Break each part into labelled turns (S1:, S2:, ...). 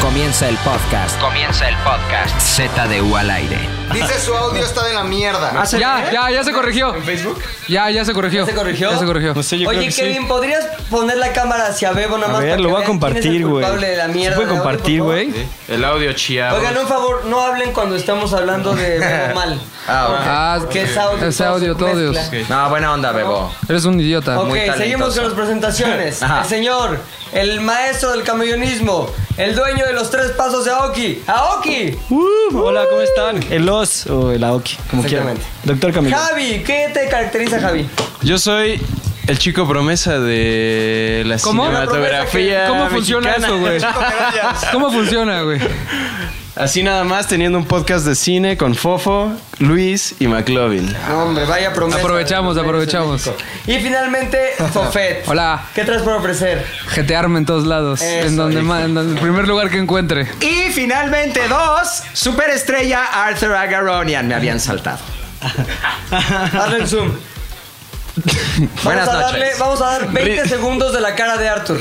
S1: Comienza el podcast. Comienza el podcast. ZDU al aire.
S2: Dice su audio está de la mierda.
S3: Ya, ya, ya se corrigió. ¿En Facebook? Ya, ya se corrigió.
S4: ¿Ya se corrigió?
S3: Ya se corrigió.
S5: No sé, yo
S4: Oye,
S5: creo que
S4: Kevin,
S5: sí.
S4: ¿podrías poner la cámara hacia Bebo nada
S5: A
S4: más?
S5: ver,
S4: para
S5: lo
S4: que
S5: voy a
S4: vean quién es el
S5: compartir, güey.
S4: culpable de la
S5: ¿Se
S4: mierda
S5: puede
S4: de hoy, por
S5: compartir,
S4: favor?
S5: güey?
S6: El audio chiado.
S4: Oigan, un favor, no hablen cuando estamos hablando de Bebo mal.
S3: Ah,
S4: Porque es audio.
S3: Es audio,
S4: todo se
S3: todo
S4: mezcla.
S3: Dios.
S7: No, buena onda, Bebo.
S3: Eres un idiota.
S4: Ok,
S7: Muy talentoso.
S4: seguimos con las presentaciones.
S7: Ajá.
S4: El señor, el maestro del camionismo, el dueño de los tres pasos de Aoki. ¡Aoki!
S5: Uh, hola, ¿cómo están? El Oz o el Aoki, como quieran.
S4: Exactamente.
S5: Doctor Camilo.
S4: Javi, ¿qué te caracteriza, Javi?
S6: Yo soy el chico promesa de la
S3: ¿Cómo?
S6: cinematografía.
S3: ¿Cómo funciona
S6: mexicana.
S3: eso, güey? ¿Cómo funciona, güey?
S6: Así nada más teniendo un podcast de cine con Fofo, Luis y McLovin.
S4: No, Ah, hombre, vaya promesa.
S3: Aprovechamos,
S4: de los medios de
S3: aprovechamos.
S4: México. Y finalmente, Fofet.
S3: Hola.
S4: ¿Qué traes por ofrecer?
S3: Getearme en todos lados.
S4: Eso,
S3: en donde
S4: hijo.
S3: ma- en donde- el primer lugar que encuentre.
S7: Y finalmente dos, superestrella Arthur Agaronian. Me habían saltado.
S4: Hazle el zoom.
S7: Buenas
S4: vamos a darle,
S7: noches.
S4: Vamos a dar 20 segundos de la cara de Arthur.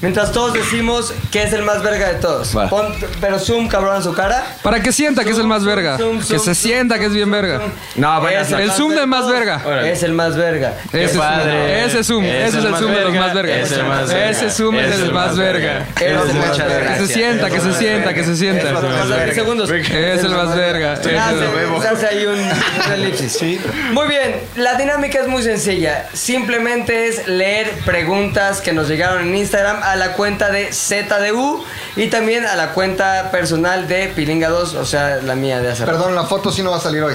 S4: Mientras todos decimos que es el más verga de todos.
S6: Va.
S4: Pon- pero zoom, cabrón, en su cara.
S3: Para que sienta que es el más
S4: Zoom,
S3: verga.
S4: zoom,
S3: Que
S4: zoom,
S3: se
S4: zoom,
S3: sienta que es bien verga.
S7: No, buenas
S4: Es
S3: El
S7: noches.
S3: zoom de más
S4: todos.
S3: verga.
S4: Órale. Es el más verga.
S3: Ese es,
S6: padre.
S3: ese es Zoom,
S6: Ese
S3: ese es
S6: es
S3: el
S6: más
S3: Zoom de los
S6: verga,
S3: más vergas.
S6: ese es el más
S3: Ese
S6: verga,
S3: Zoom
S6: ese
S3: es el más verga.
S4: Es el
S7: muchas
S4: más verga.
S3: Que se
S7: gracias.
S3: sienta, que se sienta, que se
S4: Es el más
S3: sienta.
S4: verga. segundos.
S3: Es el más verga.
S4: Se hace- se hace ahí un, un elipsis. Muy bien, la dinámica es muy sencilla. Simplemente es leer preguntas que nos llegaron en Instagram a la cuenta de ZDU y también a la cuenta personal de Pilinga2, o sea, la mía de hace rato.
S2: Perdón, la foto sí no va a salir hoy.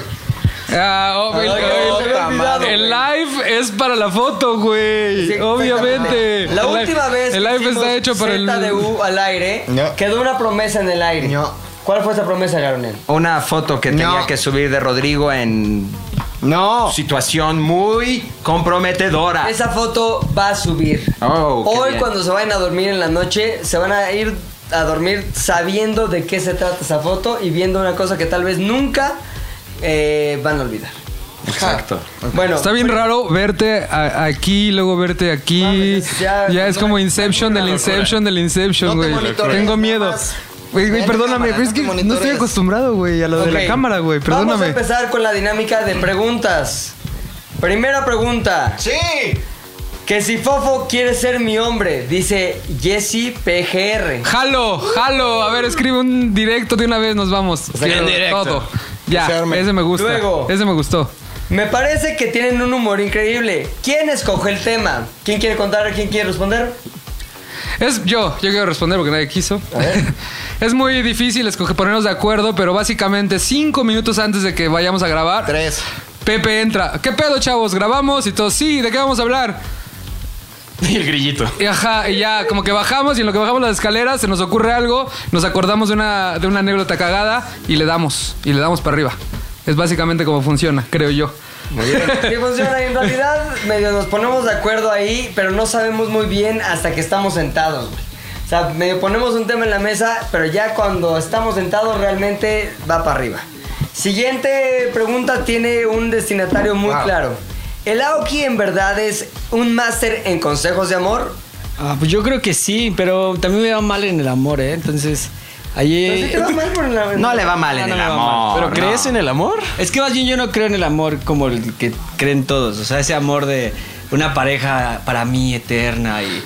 S3: Ah, oh, el- el-
S4: había olvidado,
S3: El
S4: güey.
S3: live es para la foto, güey.
S4: Sí,
S3: Obviamente.
S4: La
S3: El live-
S4: última vez
S3: El
S4: que
S3: live
S4: hicimos
S3: está hecho para el.
S4: ZDU al aire,
S2: No.
S4: quedó una promesa en el aire.
S2: No.
S4: ¿Cuál fue esa promesa, Garonel?
S7: Una foto que tenía
S2: No.
S7: que subir de Rodrigo en
S2: No.
S7: situación muy comprometedora.
S4: Esa foto va a subir.
S7: Ah. Oh, qué
S4: Hoy
S7: bien.
S4: cuando se vayan a dormir en la noche, se van a ir a dormir sabiendo de qué se trata esa foto y viendo una cosa que tal vez nunca eh, van a olvidar.
S7: Exacto.
S4: Bueno,
S3: Está bien raro verte a- aquí, luego verte aquí.
S4: Mames, ya-
S3: ya, es como Inception del Inception del Inception,
S2: No te
S3: güey.
S2: monitores, nada
S3: Tengo miedo.
S2: más.
S3: Güey, güey,
S2: Ve tu
S3: perdóname,
S2: cámara,
S3: pero es
S2: no
S3: que
S2: te
S3: no estoy
S2: monitores.
S3: acostumbrado, güey, a lo de
S4: ok.
S3: la cámara, güey.
S4: Vamos a
S3: Perdóname.
S4: empezar con la dinámica de preguntas. Primera pregunta.
S2: Sí.
S4: Que si Fofo quiere ser mi hombre, dice Jesse PGR.
S3: Jalo, jalo. A ver, escribe un directo de una vez, nos vamos. Quiero Todo. Ya, ese me gusta.
S4: Luego.
S3: Ese me gustó.
S4: Me parece que tienen un humor increíble. ¿Quién escoge el tema? ¿Quién quiere contar? ¿Quién quiere responder?
S3: Es yo, yo quiero responder porque nadie quiso. es muy difícil escoger, ponernos de acuerdo, pero básicamente cinco minutos antes de que vayamos a grabar,
S2: Tres.
S3: Pepe entra. ¿Qué pedo, chavos? ¿Grabamos? Y todos, sí, ¿de qué vamos a hablar?
S6: Y el grillito.
S3: Y ajá, y ya, como que bajamos y en lo que bajamos las escaleras se nos ocurre algo, nos acordamos de una, de una anécdota cagada y le damos, y le damos para arriba. Es básicamente como funciona, creo yo.
S4: Sí funciona y pues en realidad medio nos ponemos de acuerdo ahí, pero no sabemos muy bien hasta que estamos sentados. güey. O sea, medio ponemos un tema en la mesa, pero ya cuando estamos sentados realmente va para arriba. Siguiente pregunta tiene un destinatario muy claro. ¿El Aoki en verdad es un máster en consejos de amor?
S3: Ah, pues yo creo que
S8: Sí, pero también me va mal en el amor, ¿eh? Entonces,
S3: Pues
S4: Pero sí
S8: ahí...
S4: te va mal por la-
S7: No le va
S4: Ah,
S7: mal ¿eh? en
S8: Ah, No, no
S7: el
S8: le va
S7: amor.
S6: ¿Pero crees en el amor?
S8: Es que más bien yo no creo en el amor como el que creen todos, o sea, ese amor de una pareja para mí eterna y...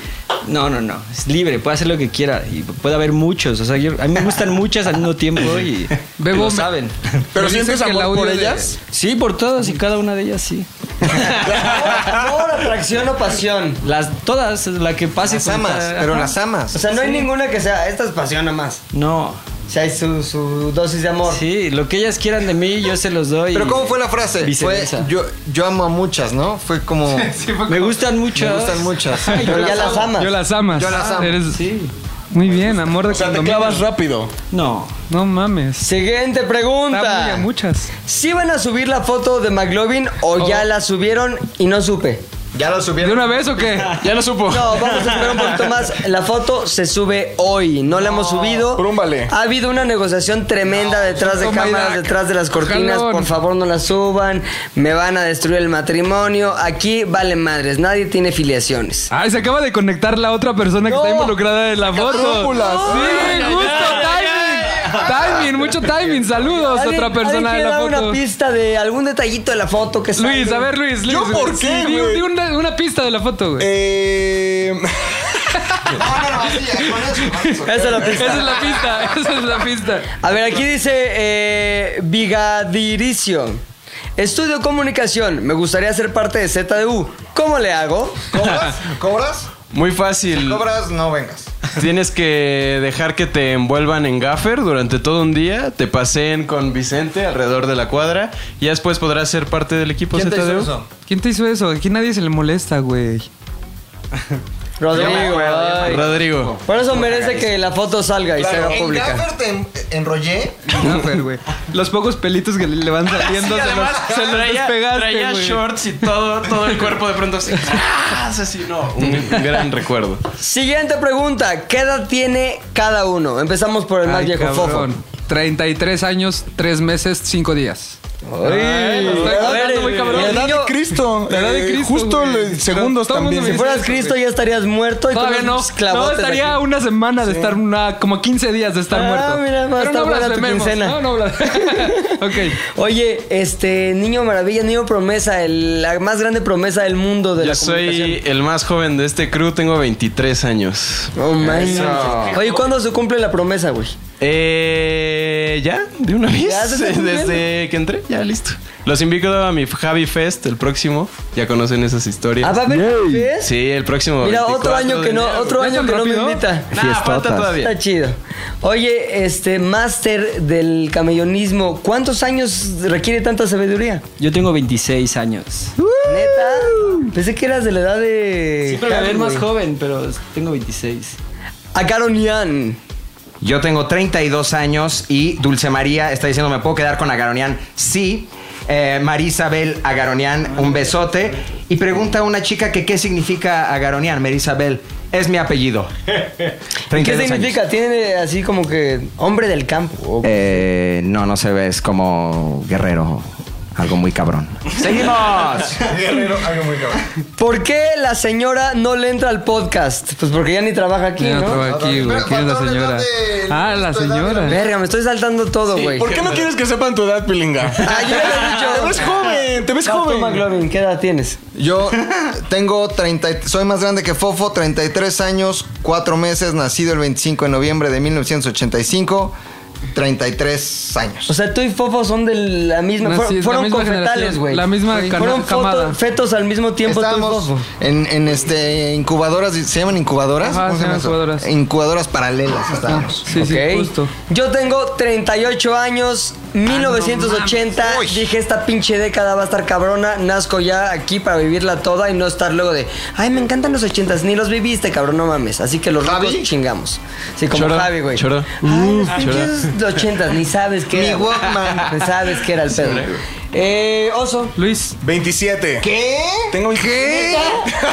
S8: No, no, no, es libre, puede hacer lo que quiera y puede haber muchos, o sea, yo- a mí me gustan muchas al mismo tiempo y
S3: Bebo,
S8: lo
S3: me-
S8: saben.
S3: ¿Pero sientes amor por ellas?
S8: Sí, por todas y cada una de ellas, sí.
S4: ¿Amor, atracción o pasión?
S8: Las, todas, la que pase...
S2: Las
S8: por-
S2: amas, pero
S8: Ajá.
S2: las amas.
S4: O sea, no hay ninguna que sea, esta es pasión nomás.
S8: No,
S4: O sea, hay su, su dosis de amor.
S8: sí, lo que ellas quieran de mí, yo se los doy.
S2: Pero
S8: y-
S2: ¿cómo fue la frase? Fue,
S8: viceversa.
S2: yo, yo amo a muchas, ¿no? Fue como...
S8: Me gustan mucho.
S2: Me gustan muchas.
S4: Pero ya las amas.
S3: Yo las amas.
S2: Yo las amo.
S3: Eres-
S8: Sí.
S3: Muy bien, amor de condominio.
S6: rápido.
S8: No.
S3: No mames. Está
S4: Siguiente
S3: muy Oh.
S4: pregunta.
S3: a muchas.
S4: ¿Sí van a subir la foto de McLovin o ya la subieron y no supe?
S2: Ya lo
S3: ¿De
S2: subieron.
S3: una vez o qué?
S6: Ya lo
S3: Oh.
S6: supo.
S4: No, vamos a esperar un poquito más. La foto se sube hoy, no la hemos subido.
S6: Prúmbale.
S4: Ha habido una negociación tremenda detrás de
S3: Oh my
S4: cámaras,
S3: God.
S4: detrás de las cortinas.
S3: Jalón.
S4: Por favor, no la suban. Me van a destruir el matrimonio. Aquí valen madres, nadie tiene filiaciones.
S3: Ay, se acaba de conectar la otra persona que está involucrada en la foto. Sí, justo Timing, mucho timing. Saludos a
S4: ¿Alguien-
S3: otra persona de la
S4: ¿alguien quiere dar
S3: foto.
S4: una pista de algún detallito de la foto que sale?
S3: Luis, a ver, Luis. Luis
S9: ¿Yo por
S3: Sí,
S9: qué,
S3: di-
S9: güey?
S3: di una, una pista de la foto, güey.
S9: Eh... no, no, no, sí, con eso, con eso.
S4: Esa es la pista.
S3: Esa es la pista, esa es la pista.
S4: A ver, aquí dice eh, Vigadiricio. Estudio comunicación. Me gustaría ser parte de ZDU. ¿Cómo le hago?
S2: ¿Cobras? ¿Cobras?
S6: Muy fácil.
S2: ¿Cobras? No vengas.
S6: Tienes que dejar que te envuelvan en gaffer durante todo un día, te paseen con Vicente alrededor de la cuadra y ya después podrás ser parte del equipo
S2: ¿Quién te hizo
S6: ZDU.
S2: eso?
S3: ¿Quién te hizo eso? Aquí nadie se le molesta, güey.
S4: Rodrigo. ay.
S6: Rodrigo.
S4: Por eso merece que la foto salga y se haga
S2: en
S4: pública.
S2: Gaffer te en- enrollé.
S3: Gaffer, güey. Los pocos pelitos que le van saliendo se, los, se los despegaste,
S6: traía
S3: güey.
S6: shorts y todo, todo el cuerpo de pronto así. ¡Ah! así, no. Un gran recuerdo.
S4: Siguiente pregunta. ¿Qué edad tiene cada uno? Empezamos por el más
S3: Ay,
S4: viejo
S3: cabrón. 33 años, 3 meses, 5 días. Estoy
S4: a
S3: contando
S4: ver, eh,
S3: muy cabrón.
S9: La edad de Cristo.
S3: La edad de
S9: eh,
S3: Cristo,
S9: Justo
S3: güey.
S9: los segundos
S3: Todo el mundo
S9: también.
S4: fofo. Si fueras Cristo ya estarías muerto y con
S3: Todavía no.
S4: unos clavotes
S3: No, estaría
S4: aquí.
S3: una semana de estar, una, como 15 días de estar
S4: Ah,
S3: muerto.
S4: mira, va a
S3: Pero
S4: estar
S3: no
S4: buena tu
S3: blasfememos.
S4: quincena.
S3: No, no blas- ok.
S4: Oye, este niño maravilla, niño promesa, el- la más grande promesa del mundo de la
S6: Yo
S4: comunicación.
S6: soy el más joven de este crew, tengo 23 años.
S4: Oh, manches. Oye, ¿cuándo se cumple la promesa, güey?
S6: Eh, ya, de una vez.
S4: Ya, se está
S6: eh, Desde que entré, ya listo. Los invito a mi Javi Fest, el próximo. Ya conocen esas historias.
S4: Ah, va a haber ¿ves?
S6: Sí, el próximo.
S4: Mira, otro
S6: 24
S4: año que
S6: de
S4: no,
S6: enero.
S4: otro año que no me invita.
S6: Nah, falta todavía.
S4: Está chido. Oye, este máster del camellonismo, ¿cuántos años requiere tanta sabiduría?
S8: Yo tengo 26 años.
S4: Neta, pensé que eras de la edad de
S8: Siempre me
S4: Karen,
S8: ven más
S4: güey.
S8: joven, pero tengo 26.
S4: A Caronian.
S7: Yo tengo 32 años y Dulce María está diciendo, ¿me puedo quedar con Agaronian? Sí. Eh, Marisabel Agaronian, un besote. Y pregunta a una chica que qué significa Agaronian, Marisabel. Es mi apellido.
S4: ¿Qué
S7: 32
S4: significa?
S7: años.
S4: Tiene así como que hombre del campo.
S7: Eh, no, no se ve, es como guerrero. Algo muy cabrón. ¡Seguimos!
S9: Guerrero, algo muy cabrón.
S4: ¿Por qué la señora no le entra al podcast? Pues porque ya ni trabaja aquí,
S3: Ya no
S4: ¿no?
S3: trabaja aquí, güey.
S2: Pero
S3: ¿Quién es la
S2: faltó la edad
S3: señora?
S2: de-
S3: Ah, la
S2: tu edad de la-
S3: señora.
S4: Verga, me estoy saltando todo, güey.
S9: ¿Por qué no quieres que sepan tu edad, Pilinga?
S4: Ah, yo ya lo he dicho.
S9: Te ves joven, te ves
S4: Vas tú,
S9: joven.
S4: McLovin, ¿qué edad tienes?
S2: Yo tengo 30, y- soy más grande que Fofo, 33 años, 4 meses, nacido el 25 de noviembre de 1985, 33 años.
S4: O sea, tú y Fofo son de la misma.
S3: No,
S4: fueron
S3: sí, es la
S4: fueron
S3: misma
S4: cofetales,
S3: generación,
S4: güey.
S3: la misma cana-
S4: Fueron foto-
S3: camada.
S4: fetos al mismo tiempo
S2: Estábamos
S4: tú y Fofo.
S2: en, en, este incubadoras, ¿se llaman incubadoras?
S3: Ajá,
S2: llama
S3: se llaman
S2: eso?
S3: incubadoras.
S2: Incubadoras paralelas estábamos.
S3: Sí, sí,
S4: Ok.
S3: justo.
S4: Yo tengo 38 años, 1980.
S2: Ah,
S4: Dije, esta pinche década va a estar cabrona. Nazco ya aquí para vivirla toda y no estar luego de, ay, me encantan los 80s. Ni los viviste, cabrón, no mames. Así que los
S2: ¿Javi?
S4: ricos chingamos. Sí, como
S6: Chora,
S4: Javi, güey.
S6: chora.
S4: Ay, los pinches 80s, ni sabes qué
S2: Mi
S4: era. güey.
S2: Walkman.
S4: Ni sabes qué era el pedo. Eh, oso.
S3: Luis.
S9: 27.
S2: ¿Qué?
S9: Tengo 27.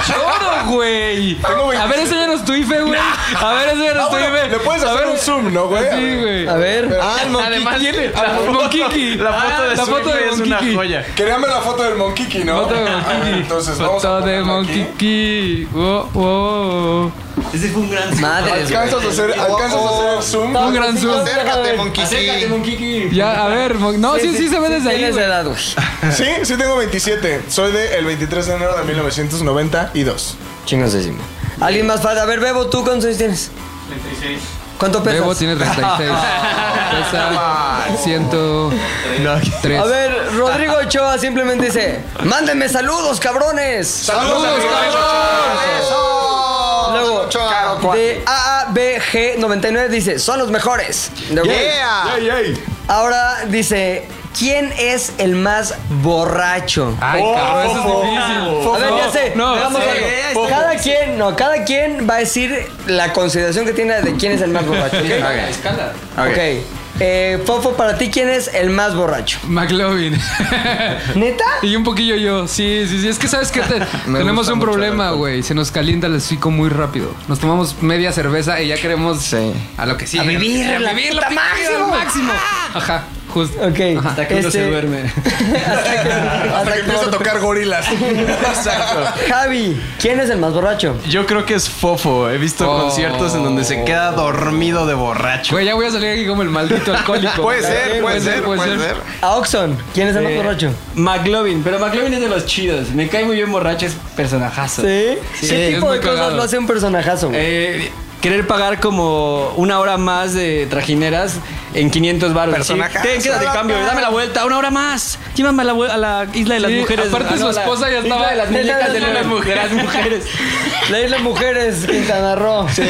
S3: Choro, güey.
S9: Tengo
S3: A ver,
S9: 26.
S3: enséñanos tu IFE, güey. A ver, enséñanos
S9: Ah,
S3: tu
S9: bueno,
S3: IFE.
S9: le puedes
S3: A
S9: hacer
S3: ver.
S9: un zoom, ¿no, güey?
S3: Sí, güey.
S4: A ver.
S2: Ah, el monkey.
S3: Además, tiene la Monkiki.
S6: La foto de
S3: Ah, la foto de
S6: Swifty es una
S3: Monkiki.
S6: joya.
S9: Querían ver la foto del Monkiki, ¿no?
S3: Foto de
S9: A ver,
S3: Monkiki.
S9: entonces, vamos
S3: foto
S9: a
S3: de
S9: ponerlo aquí.
S3: Monkiki. Wow, wow.
S8: Ese fue un gran...
S4: Madres, güey.
S9: ¿Alcanzas a hacer, alcanzas a hacer el zoom?
S3: Un gran zoom.
S2: Acércate, monkey.
S3: Ya, a ver. mon- No, sí, sí se ve desde ahí,
S4: Tienes
S3: güey.
S4: edad, güey.
S9: Sí, sí tengo 27. Soy del 23 de enero de 1992.
S4: Chingosísimo. Alguien más falta. A ver, Bebo, ¿tú cuántos años tienes? 36. ¿Cuánto pesas?
S3: Bebo tiene 36. Pesa 103.
S4: A ver, Rodrigo Ochoa simplemente dice: ¡Mándenme saludos, cabrones!
S9: ¡Saludos,
S4: Luego, de AABG99 dice: ¡Son los mejores! De
S2: Yeah.
S9: ¡Ey, ey!
S4: Ahora dice: ¿Quién es el más borracho?
S3: Ay, cabrón, eso es difícil.
S4: A ver, ya sé.
S3: no,
S4: hagamos
S3: sí.
S4: algo. Cada quien, no, cada quien va a decir la consideración que tiene de quién es el más borracho. ¿ok? Ok. Eh, Fofo, para ti, ¿quién es el más borracho?
S3: McLovin.
S4: ¿Neta?
S3: Y un poquillo yo, sí, sí, sí. Es que sabes que tenemos
S2: gusta
S3: un
S2: mucho el
S3: problema,
S2: alcohol.
S3: güey. Se nos calienta el hocico muy rápido. Nos tomamos media cerveza y ya queremos
S2: Sí.
S3: a lo que sí.
S4: A vivir,
S3: a
S4: la
S3: vivir
S4: puta
S3: pinche vida al
S4: máximo.
S3: máximo. Ajá, Justo.
S4: Ok.
S8: Hasta que uno
S4: este-
S8: se duerme.
S4: hasta que, hasta
S9: Hasta que
S4: que-
S9: empieza a tocar gorilas.
S6: Exacto.
S4: Javi, ¿quién es el más borracho?
S6: Yo creo que es fofo. He visto
S3: Oh.
S6: conciertos en donde se queda dormido de borracho.
S3: Güey, ya voy a salir aquí como el maldito alcohólico.
S9: Puede ser, puede ser, puede ser.
S4: Auxon, ¿quién es el más
S8: Eh,
S4: borracho?
S8: McLovin, pero McLovin es de los chidos. Me cae muy bien borracho, es personajazo.
S4: ¿Sí?
S3: Sí,
S4: ¿Qué
S3: es
S4: tipo
S3: muy
S4: de cosas
S3: cagado.
S4: lo hace un personajazo? güey?
S8: Eh, querer pagar como una hora más de trajineras en 500 baros.
S9: Personajazo.
S8: Ten, quédate, cambio, dame la vuelta, una hora más. Llévame a la, vue- a la isla de las
S3: Sí,
S8: mujeres.
S3: aparte
S8: Ah,
S3: su
S8: no, a la
S3: esposa ya
S8: isla
S3: estaba-
S8: de las
S4: Isla de
S8: muñecas de,
S4: las
S8: las mujeres. De las mujeres.
S4: La isla Mujeres, Quintana Roo.
S9: Sí,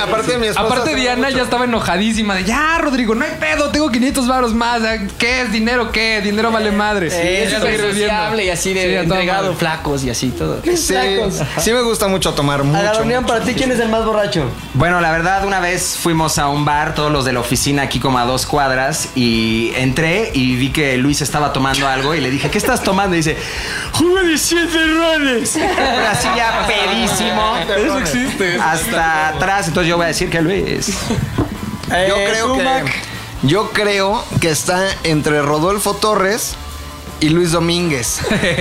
S9: aparte mi esposa.
S3: Aparte
S9: se-
S3: Diana ya estaba enojadísima de ya Rodrigo, no hay pedo, tengo 500 varos más, ¿eh? ¿qué es dinero qué? Dinero vale madre.
S8: es
S3: Ya está
S8: súper
S3: hirviendo.
S8: sociable y así de
S3: Sí, a toda
S8: entregado,
S3: madre.
S8: flacos y así todo.
S2: Sí, sí me gusta mucho tomar
S4: A
S2: mucho.
S4: la reunión para ti, ¿quién es el más borracho?
S7: Bueno, la verdad, una vez fuimos a un bar, todos los de la oficina aquí como a dos cuadras, y entré y vi que Luis estaba tomando algo y le dije, ¿qué estás tomando? Y dice, jugo de siete rones. Pero así ya pedísimo.
S9: Eso existe.
S7: Hasta atrás, entonces yo voy a decir que Luis.
S2: Yo creo que yo creo que está entre Rodolfo Torres y Luis Domínguez.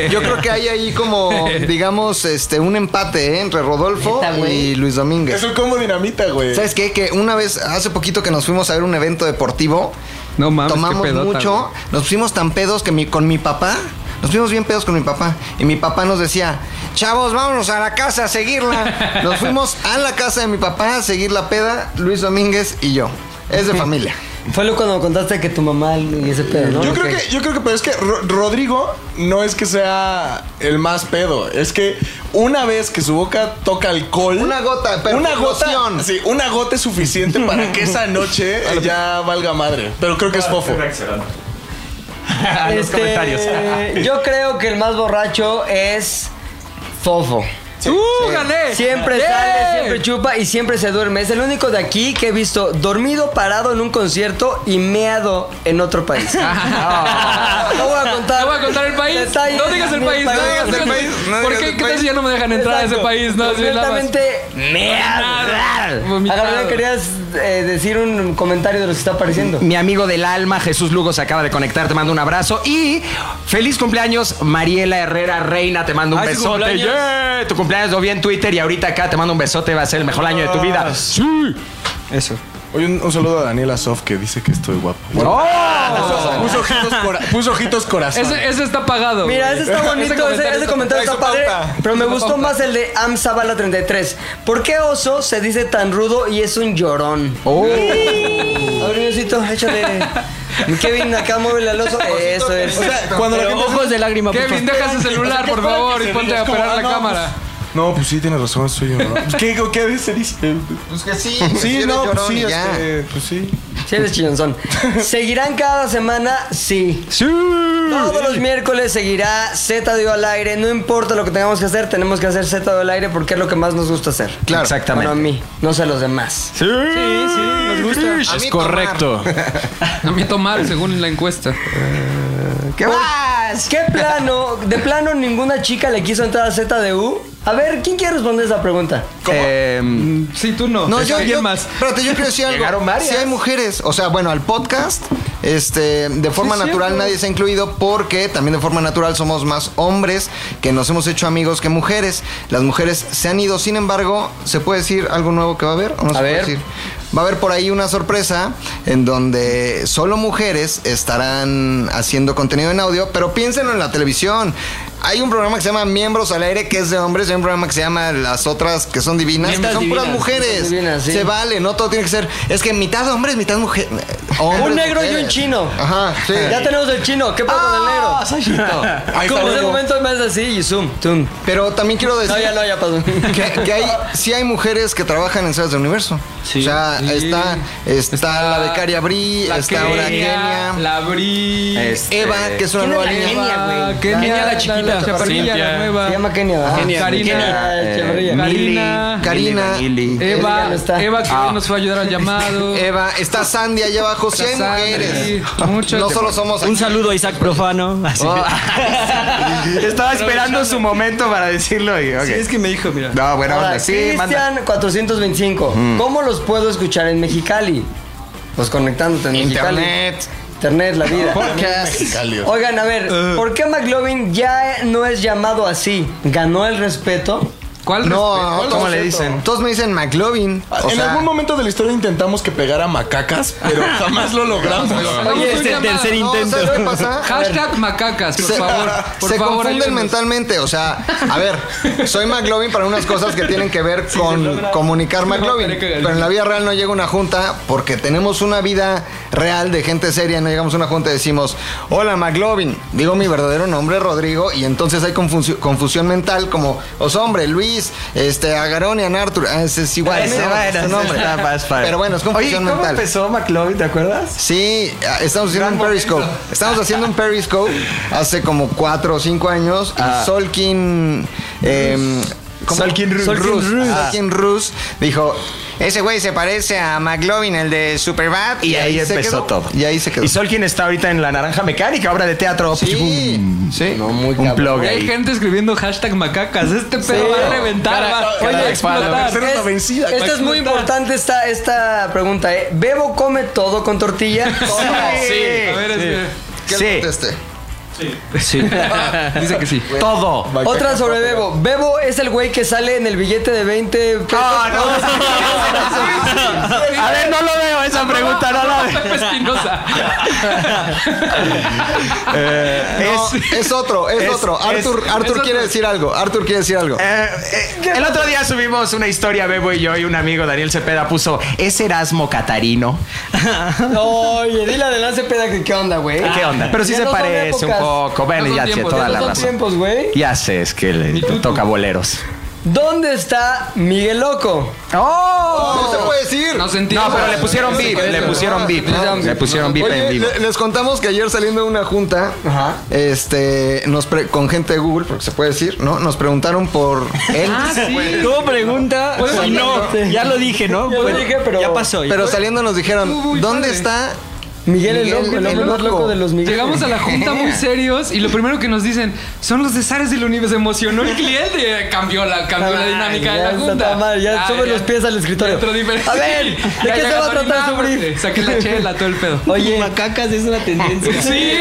S2: Yo creo que hay ahí como digamos este un empate ¿eh? entre Rodolfo
S4: Neta, güey.
S2: y Luis Domínguez.
S9: Es un combo dinamita, güey.
S2: ¿Sabes qué? Que una vez, hace poquito que nos fuimos a ver un evento deportivo.
S3: No mames, qué
S2: Tomamos
S3: pedota,
S2: mucho.
S3: güey.
S2: Nos pusimos tan pedos que mi- con mi papá. Nos fuimos bien pedos con mi papá. Y mi papá nos decía, chavos, vámonos a la casa a seguirla. Nos fuimos a la casa de mi papá a seguir la peda, Luis Domínguez y yo. Es de familia.
S4: Fue lo cuando contaste que tu mamá y ese pedo, ¿no?
S9: Yo creo
S4: Ok.
S9: que, yo creo que, pero es que Ro- Rodrigo no es que sea el más pedo, es que una vez que su boca toca alcohol,
S2: Una gota, pero
S9: una gota,
S2: explosión.
S9: sí, una gota es suficiente para que esa noche ya valga madre. Pero creo que es fofo.
S3: Ah,
S7: A los
S4: Este,
S7: comentarios.
S4: Yo creo que el más borracho es Fofo.
S3: ¡Uh, gané!
S4: Siempre
S3: ¡Eh!
S4: sale, siempre chupa y siempre se duerme. Es el único de aquí que he visto dormido, parado en un concierto y meado en otro país. No voy a contar.
S3: Ah. No voy a contar el país.
S4: Detalles
S3: no digas el
S4: ni
S3: país.
S4: detalles.
S3: No digas el país. ¿Por
S9: no digas
S3: qué?
S9: el
S3: ¿Qué tal
S9: país.
S3: si ya no me dejan entrar a ese
S4: Exacto.
S3: país? No, sí, nada más.
S4: Completamente meado.
S3: Vomitado.
S4: Agardón, querías eh, decir un comentario de lo que está apareciendo.
S7: Mi amigo del alma, Jesús Lugo, se acaba de conectar, te mando un abrazo. Y feliz cumpleaños, Mariela Herrera Reina, te mando un
S8: Ay, su
S7: besote.
S8: cumpleaños.
S7: Yeah, Tu cumpleaños lo vi en Twitter y ahorita acá te mando un besote, va a ser el mejor año de tu vida. ¡Sí! Eso.
S9: Oye, un, un saludo a Daniela Sof que dice que estoy guapo. Puso- puso, ojitos cora- puso ojitos corazón.
S3: Ese, ese está pagado.
S4: Mira,
S3: güey.
S4: ese está bonito, ese ese comentario,
S3: está-
S4: está padre.
S9: trae su pauta.
S4: Pero me
S3: Trae su
S4: gustó
S3: pauta.
S4: más el de Am Zavala 33. ¿Por qué oso se dice tan rudo y es un llorón?
S7: Oh.
S4: A ver, Diosito, échale. Kevin, acá muévele al oso. Eso es.
S9: O sea, cuando la
S8: Pero
S9: gente
S8: ojos de lágrima, por
S3: Kevin,
S8: favor.
S3: deja ese celular, por favor, y
S9: se
S3: ponte
S9: ríe,
S3: a
S9: es como,
S3: operar la
S9: ah, no,
S3: cámara.
S9: pues- no, pues sí, tienes razón, soy yo. ¿no? Pues, ¿Qué, ¿Qué dice? dice?
S2: Pues que sí.
S9: Sí, no, pues sí,
S2: y ya.
S9: este, pues sí.
S4: Sí, eres chillonzón. ¿Seguirán cada semana? Sí. Sí. Todos los miércoles seguirá Z de O al aire. No importa lo que tengamos que hacer, tenemos que hacer Z de O al aire porque es lo que más nos gusta hacer.
S2: Claro.
S7: Exactamente.
S4: Bueno, a mí, no sé a los demás.
S6: Sí, sí, nos gusta.
S2: A
S6: Es
S2: mí
S6: correcto.
S3: A mí tomar, según la encuesta.
S4: ¿Qué más? ¿Qué plano? ¿De plano ninguna chica le quiso entrar a ZDU? A ver, ¿quién quiere responder esa pregunta?
S7: Eh,
S3: Sí, tú no.
S2: No, yo,
S3: ¿Quién
S2: yo,
S3: más?
S2: Espérate, yo quiero decir algo.
S7: Llegaron varias.
S2: Si hay mujeres, o sea, bueno, al podcast, este, de forma natural nadie se ha incluido porque también de forma natural somos más hombres que nos hemos hecho amigos que mujeres. Las mujeres se han ido, sin embargo, ¿se puede decir algo nuevo que va a haber? ¿O no
S4: A
S2: se puede
S4: ver.
S2: decir? Va a haber por ahí una sorpresa en donde solo mujeres estarán haciendo contenido en audio, pero piénsenlo en la televisión. Hay un programa que se llama Miembros al Aire, que es de hombres, y hay un programa que se llama Las Otras, que son divinas, que
S8: Miembros
S2: son puras
S8: divinas,
S2: mujeres.
S4: miembros divinas, sí.
S2: Se vale, no todo tiene que ser. Es que mitad hombres, mitad mujer. eh,
S4: Un
S2: hombres,
S4: negro y un
S2: mujeres.
S4: chino.
S2: Ajá, Ah, sí.
S4: Ya tenemos el chino. ¿Qué pasa con el negro?
S9: Ahí está
S4: Como de
S9: luego.
S4: momento más así y zoom, zoom.
S2: Pero también quiero decir
S4: No, ya no, ya pasó.
S2: que, que hay, sí hay mujeres que trabajan en series del universo.
S8: Sí.
S2: o sea,
S3: Sí.
S2: está, está, la becaria Bri,
S3: La
S2: está ahora
S3: Kenia,
S2: Kenia.
S3: La Bri.
S7: este,
S2: Eva, que es una nueva línea.
S3: Kenia,
S4: Ah,
S3: Ah, Kenia, la chiquita. La chaparrilla, la nueva.
S4: Se llama Kenia, ¿verdad?
S3: Kenia.
S4: Kenia,
S7: eh,
S4: Echeverría.
S7: Mili,
S3: Karina.
S2: Karina.
S7: Vanilli.
S4: Ella ya
S3: Eva,
S4: no está.
S3: Eva que
S7: Ah.
S3: nos fue a ayudar al llamado.
S2: Eva, está Sandy allá abajo. Sí hay
S3: Sandra, sí,
S2: mujeres.
S3: mucho
S2: no
S3: que-
S2: solo somos Oh,
S8: Un saludo a Isaac Profano. Así.
S7: Estaba esperando su momento para decirlo y. ok.
S8: Sí, es que me dijo, mira.
S7: No, bueno,
S4: Ahora,
S7: onda. Sí, manda.
S4: Cristian 425. ¿Cómo los puedo escuchar en Mexicali? Pues conectándote en Mexicali.
S2: internet.
S4: internet, la vida.
S9: Mexicali, o sea.
S4: Oigan, a ver, ¿por qué McLovin ya no es llamado así? ¿Ganó el respeto?
S3: ¿Cuál? respeto?
S2: No,
S9: ¿Cómo
S2: todos-
S9: le dicen?
S2: Todos me dicen McLovin. O
S9: en
S2: sea,
S9: algún momento de la historia intentamos que pegara macacas, pero jamás lo logramos.
S3: Vamos
S8: Oye,
S3: con
S8: este
S3: llamadas.
S8: tercer
S2: no,
S8: intento.
S2: ¿sabes qué pasa?
S3: Hashtag macacas, por
S2: se,
S3: favor. Por
S2: se
S3: favor,
S2: confunden
S3: ayúdenos.
S2: mentalmente. O sea, a ver, soy McLovin para unas cosas que tienen que ver con comunicar McLovin. Pero en la vida real no llega una junta porque tenemos una vida real de gente seria. No llegamos a una junta y decimos, hola McLovin, digo mi verdadero nombre Rodrigo. Y entonces hay confusión, confusión mental como, os hombre, Luis, este, Agaronian, Arthur. ah, ese es igual.
S7: Ese
S2: ¿no?
S7: va,
S2: Este
S7: ese
S2: nombre.
S7: está más padre.
S2: Pero bueno, es
S7: Oye,
S2: confusión
S7: ¿cómo
S2: mental.
S7: empezó McLovin, te acuerdas?
S2: Sí, ah, estamos haciendo un Periscope. Estamos haciendo un Periscope hace como cuatro o cinco años. Y Solkin. em, ¿cómo?
S7: Solkin Ah. Rus.
S2: Rus.
S7: Solkin Rus.
S2: Ah. Solkin Rus dijo: Ese güey se parece a McLovin, el de Superbad.
S7: Y ahí
S2: se
S7: empezó
S2: quedó.
S7: todo.
S2: Y ahí se quedó.
S7: Y Solkin está ahorita en La Naranja Mecánica, obra de teatro.
S2: Sí, sí.
S7: No, muy Un blog
S3: Hay
S7: ahí.
S3: gente escribiendo hashtag macacas. Este pedo va a reventar. va-
S9: cara,
S3: oye,
S9: cara,
S3: explotar.
S9: Pero es la vencida,
S4: Esta es muy importante esta, esta pregunta, ¿eh? ¿Bebo come todo con tortilla?
S3: A ver, este, es
S2: ¿Qué
S7: Sí.
S2: le contesté?
S3: que- dice que sí.
S7: Todo.
S4: Otra sobre Bebo. Bebo es el güey que sale en el billete de 20 pesos.
S7: A ver, no lo veo esa pregunta, no la veo.
S3: Pepe Espinosa. Eh,
S2: No,
S7: Es-
S2: es otro, es,
S7: es-
S2: otro.
S7: es-
S2: Arthur, Arthur quiere decir algo. Arthur quiere decir algo.
S7: Eh, eh, el otro día subimos una historia, Bebo y yo, y un amigo, Daniel Cepeda, puso, ¿es Erasmo Catarino?
S4: Oye, dile adelante, peda, que qué onda, güey.
S7: ¿Qué onda? Pero sí
S4: Ya
S7: se
S4: no son
S7: parece un
S4: épocas.
S7: poco. Bueno,
S3: No son
S7: ya tiene
S3: tiempos,
S7: toda
S3: ya
S7: la
S4: Son
S7: razón.
S4: tiempos, güey.
S7: Ya sé, es que le toca boleros.
S4: ¿Dónde está Miguel Loco?
S3: Oh,
S2: No se puede decir.
S3: No sentimos.
S7: No, pero le pusieron beep, le pusieron beep. Le pusieron beep
S2: Oye,
S7: en vivo.
S2: le- les contamos que ayer saliendo de una junta, este, nos pre- con gente de Google, porque se puede decir, ¿no? Nos preguntaron por él.
S3: Ah,
S8: Todo pregunta.
S3: Pues,
S8: y no, ya lo dije, ¿no?
S4: Ya lo
S8: Bueno,
S4: dije, pero-
S8: Ya pasó.
S2: Pero saliendo nos dijeron, ¿dónde está?
S4: Miguel, el
S2: Miguel
S4: Loco, el
S2: el
S4: hombre más
S2: Loco.
S4: loco de los Miguel.
S3: Llegamos a la junta muy serios y lo primero que nos dicen son los desares del universo. Se emocionó el cliente. eh, Cambió la, cambió la dinámica
S4: Ay,
S3: de
S4: Ah, ya
S3: la
S4: está
S3: junta.
S4: tan mal, ya
S3: Ah,
S4: sube los pies al escritorio.
S3: Otro diferente.
S4: A ver, ¿de
S3: Ya
S4: qué se va a
S3: llegaron y
S4: tratar su
S3: vámonos.
S4: brief?
S3: Saqué la chela, todo el pedo.
S4: Oye,
S8: Macacas es una tendencia.
S3: Sí,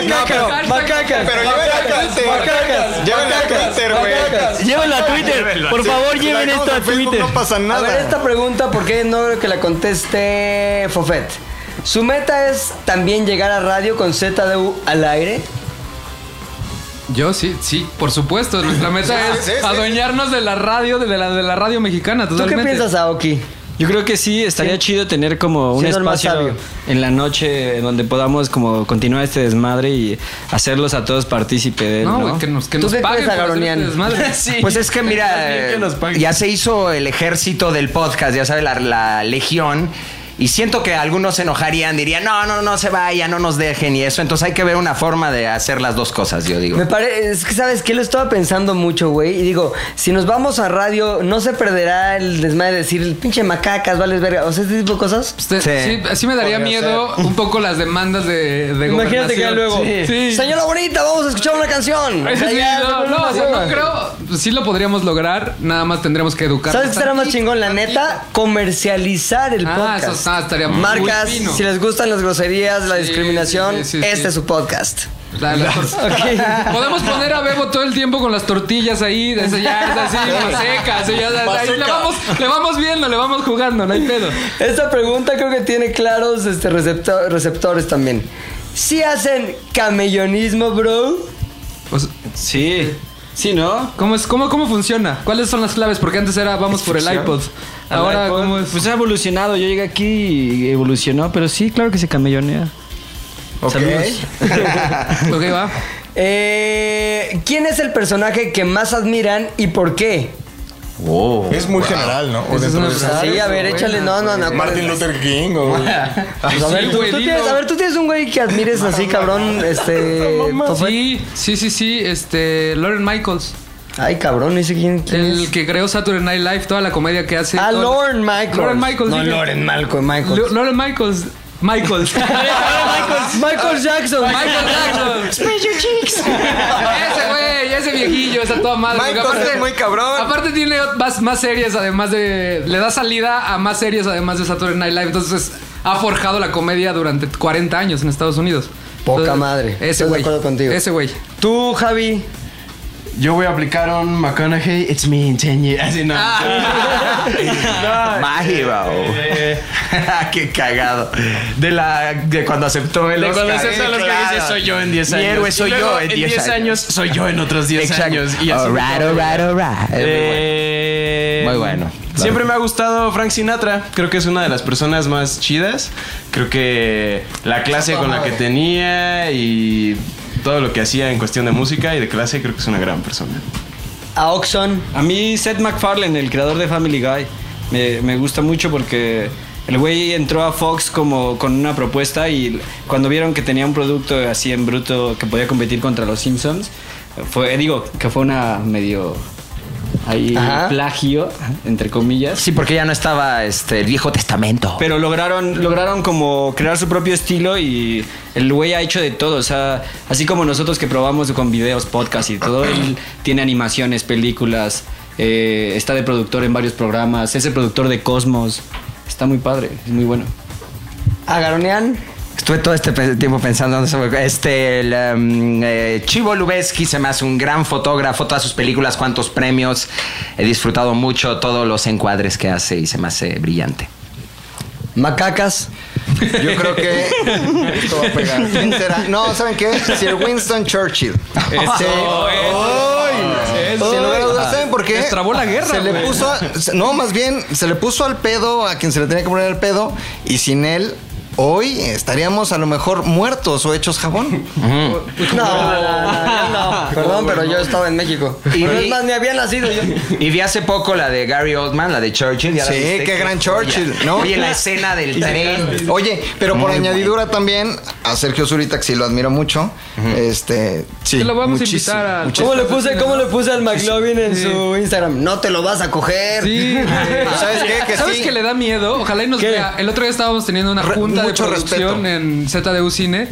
S4: macacas, macacas.
S2: Pero lleven a Twitter.
S4: Macacas,
S2: Lleven a
S4: macacas,
S2: Twitter, güey.
S4: macacas.
S8: Llévenlo a Twitter. Por favor,
S2: Si
S8: lleven
S2: la dejamos
S8: esto a
S2: en Facebook,
S8: Twitter.
S2: No pasa
S4: A ver,
S2: nada.
S4: esta pregunta, ¿por qué no creo que la conteste Fofet? ¿Su meta es también llegar a radio con ZDU al aire?
S3: Yo sí, sí, por supuesto. Nuestra meta es
S2: sí, sí.
S3: adueñarnos de la radio, de la, de la radio mexicana,
S4: ¿Tú
S3: totalmente.
S4: qué piensas, Aoki?
S8: Yo creo que sí, estaría chido tener como un
S4: Siendo el más
S8: espacio
S4: sabio.
S8: en la noche donde podamos como continuar este desmadre y hacerlos a todos partícipe de él,
S3: No,
S8: ¿no?
S3: güey, que nos, que
S4: ¿Tú
S3: nos
S4: qué
S3: paguen
S4: crees,
S3: por hacer
S4: Agaronian?
S3: este desmadre.
S7: Pues es que mira,
S3: bien que nos paguen.
S7: ya se hizo el ejército del podcast, ya sabe, la, la legión. Y siento que algunos se enojarían, dirían, no, no, no se vaya, no nos dejen y eso. Entonces hay que ver una forma de hacer las dos cosas, yo digo.
S4: Me parece, es que sabes que lo estaba pensando mucho, güey. Y digo, si nos vamos a radio, no se perderá el desmadre de decir, pinche macacas, vales verga, o sea, este tipo de cosas.
S3: Usted- sí. sí me daría miedo un poco las demandas de, de
S4: Imagínate que ya
S3: gobernación.
S4: luego,
S3: Sí.
S4: señora bonita, vamos a escuchar una canción. O
S3: Sí,
S4: sea, ya,
S3: no,
S4: se pone
S3: no,
S4: una
S3: o sea,
S4: hueva.
S3: no creo. Sí lo podríamos lograr, nada más tendremos que educar.
S4: ¿Sabes qué estará más chingón, la neta? Comercializar el
S3: Ah,
S4: podcast.
S3: eso está- estaría muy
S4: Marcas,
S3: fino.
S4: si les gustan las groserías, la
S3: Sí,
S4: discriminación,
S3: sí, sí, sí,
S4: este
S3: sí.
S4: es su podcast.
S3: La- la- Podemos poner a Bebo todo el tiempo con las tortillas ahí, de ese ya es así, maseca, así, ya, ahí le vamos, le vamos viendo, le vamos jugando, no hay pedo.
S4: Esta pregunta creo que tiene claros este, recepto- receptores también. Si hacen camellonismo, bro.
S3: Pues,
S8: Sí. Sí, ¿no?
S3: ¿cómo, es, cómo, ¿Cómo funciona? ¿Cuáles son las claves? Porque antes era vamos por el iPod. Ahora,
S8: Ahora,
S3: ¿cómo es?
S8: Pues ha evolucionado. Yo llegué aquí y evolucionó, pero sí, claro que se camellonea. Saludos.
S3: Ok, va.
S4: Eh, ¿Quién es el personaje que más admiran y por qué?
S9: Es muy general, ¿no?
S3: Esa
S9: O
S3: es
S9: dentro
S3: una
S9: de esa-
S3: verdad.
S4: Sí, a ver, échale. No, no, no.
S9: Martin Luther King o...
S4: Pues, a,
S3: Sí,
S4: ver, tú,
S3: güey,
S4: tú
S3: dilo.
S4: tienes, a ver, tú tienes un güey que admires así, cabrón. Este. Tofet?
S3: Sí, sí, sí, sí, este, Lauren Michaels,
S4: Ay, cabrón, no sé quién, quién
S3: el
S4: es.
S3: que creó Saturday Night Live, toda la comedia que hace.
S4: Ah,
S3: todo-
S4: Lauren Michaels.
S3: Lauren Michaels,
S4: No,
S3: dije.
S4: Lauren Malcolm, Michaels.
S3: Lo- Lauren Michaels. Michaels.
S4: Michael Jackson.
S3: Michael Jackson. ese güey, ese viejillo, esa toda madre.
S2: Michael
S3: Porque
S2: es muy cabrón.
S3: Aparte tiene más, más series, además de. Le da salida a más series, además de Saturday Night Live. Entonces, pues, ha forjado la comedia durante 40 años en Estados Unidos.
S4: Poca madre.
S3: Ese
S4: Estoy de
S3: güey.
S4: acuerdo contigo.
S3: Ese güey.
S4: Tú, Javi.
S6: Yo voy a aplicar un McConaughey, it's me in 10 years. Así no.
S7: Ah. Mágica, Eh, Qué cagado. De la de cuando aceptó el
S6: De cuando
S7: Oscar.
S6: aceptó el Oscar,
S7: Claro.
S6: dice, "Soy yo en 10
S7: Mi
S6: años".
S7: héroe soy
S6: Y luego,
S7: yo en
S6: en
S7: 10
S6: 10 años, soy yo en otros 10 años, y así
S7: All right, all right, all right.
S6: Eh,
S7: Muy bueno.
S6: Siempre me ha gustado Frank Sinatra. Creo que es una de las personas más chidas. Creo que la clase con la que tenía y todo lo que hacía en cuestión de música y de clase, creo que es una gran persona.
S4: A Oxon.
S8: A mí Seth MacFarlane, el creador de Family Guy, me, me gusta mucho porque el güey entró a Fox como con una propuesta y cuando vieron que tenía un producto así en bruto que podía competir contra los Simpsons, fue, digo, que fue una medio ahí
S4: Ajá.
S8: plagio, entre comillas.
S7: Sí, porque ya no estaba este, el Viejo Testamento.
S8: Pero lograron, lograron como crear su propio estilo y el güey ha hecho de todo. O sea, así como nosotros que probamos con videos, podcast y todo, él tiene animaciones, películas, eh, está de productor en varios programas, es el productor de Cosmos. Está muy padre, es muy bueno.
S4: A Garonian.
S7: Estuve todo este pe- tiempo pensando en eso. Este, el, em, eh, Chivo Lubeski se me hace un gran fotógrafo. Todas sus películas, cuántos premios. He disfrutado mucho todos los encuadres que hace y se me hace brillante.
S4: Macacas.
S2: Yo creo que esto va a pegar. ¿Quién será? No, ¿saben qué? Sir Winston Churchill. Sí. Ay, Sin lugar a dudas, ¿saben por qué?
S3: Destrabó la guerra,
S2: Se le
S3: güey.
S2: puso, a- se- no, más bien, se le puso al pedo a quien se le tenía que poner el pedo y sin él. Hoy estaríamos a lo mejor muertos o hechos jabón. Pues
S4: No, no, Ah, no, no. Perdón, pero yo estaba en México.
S7: Y-
S4: Pero es más, ni había nacido yo.
S7: Y vi hace poco la de Gary Oldman, la de Churchill. ¿ya la
S2: Sí,
S7: viste?
S2: qué gran Churchill,
S7: joya.
S2: ¿no?
S7: Oye, la escena del tren.
S2: Oye, pero por añadidura también a Sergio Zurita, que sí lo admiro mucho. Este, sí.
S3: Que lo vamos a
S2: muchísimo,
S3: invitar a-
S2: muchísimo.
S4: ¿Cómo le puse, cómo le puse al McLovin en su Instagram? No te lo vas a coger.
S3: Sí, güey.
S2: ¿Sabes qué? Que
S3: ¿Sabes
S2: sí.
S3: que le da miedo? Ojalá y nos vea. El otro día estábamos teniendo una
S2: Re-
S3: junta de
S2: mucho
S3: producción
S2: respeto.
S3: en ZDU Cine.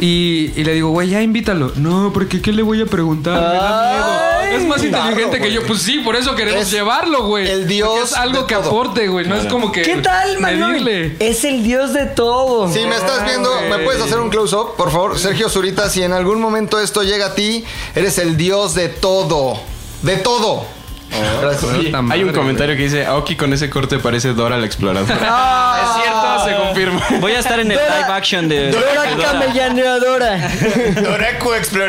S3: Y, y le digo, güey, ya invítalo. No, porque ¿qué le voy a preguntar? Me da miedo. Es más inteligente que yo. Pues sí, por eso queremos
S2: Es
S3: llevarlo, güey.
S2: el
S3: Porque
S2: dios
S3: Es algo
S2: de
S3: que
S2: todo.
S3: aporte, güey. No es como que.
S4: ¿Qué tal, McLovin?
S3: medirle.
S4: Es el dios de todo.
S2: Si me estás viendo, ¿me puedes hacer un close-up, por favor? Sergio Zurita, si en algún momento esto llega a ti, eres el dios de todo. De todo. Gracias.
S3: Puta
S6: Hay
S3: madre,
S6: un
S3: güey.
S6: comentario que dice, Aoki con ese corte parece Dora la exploradora.
S4: Es cierto,
S6: Se confirma.
S8: Voy a estar en el
S4: Dora-
S8: live action de...
S4: Dora camellaneadora.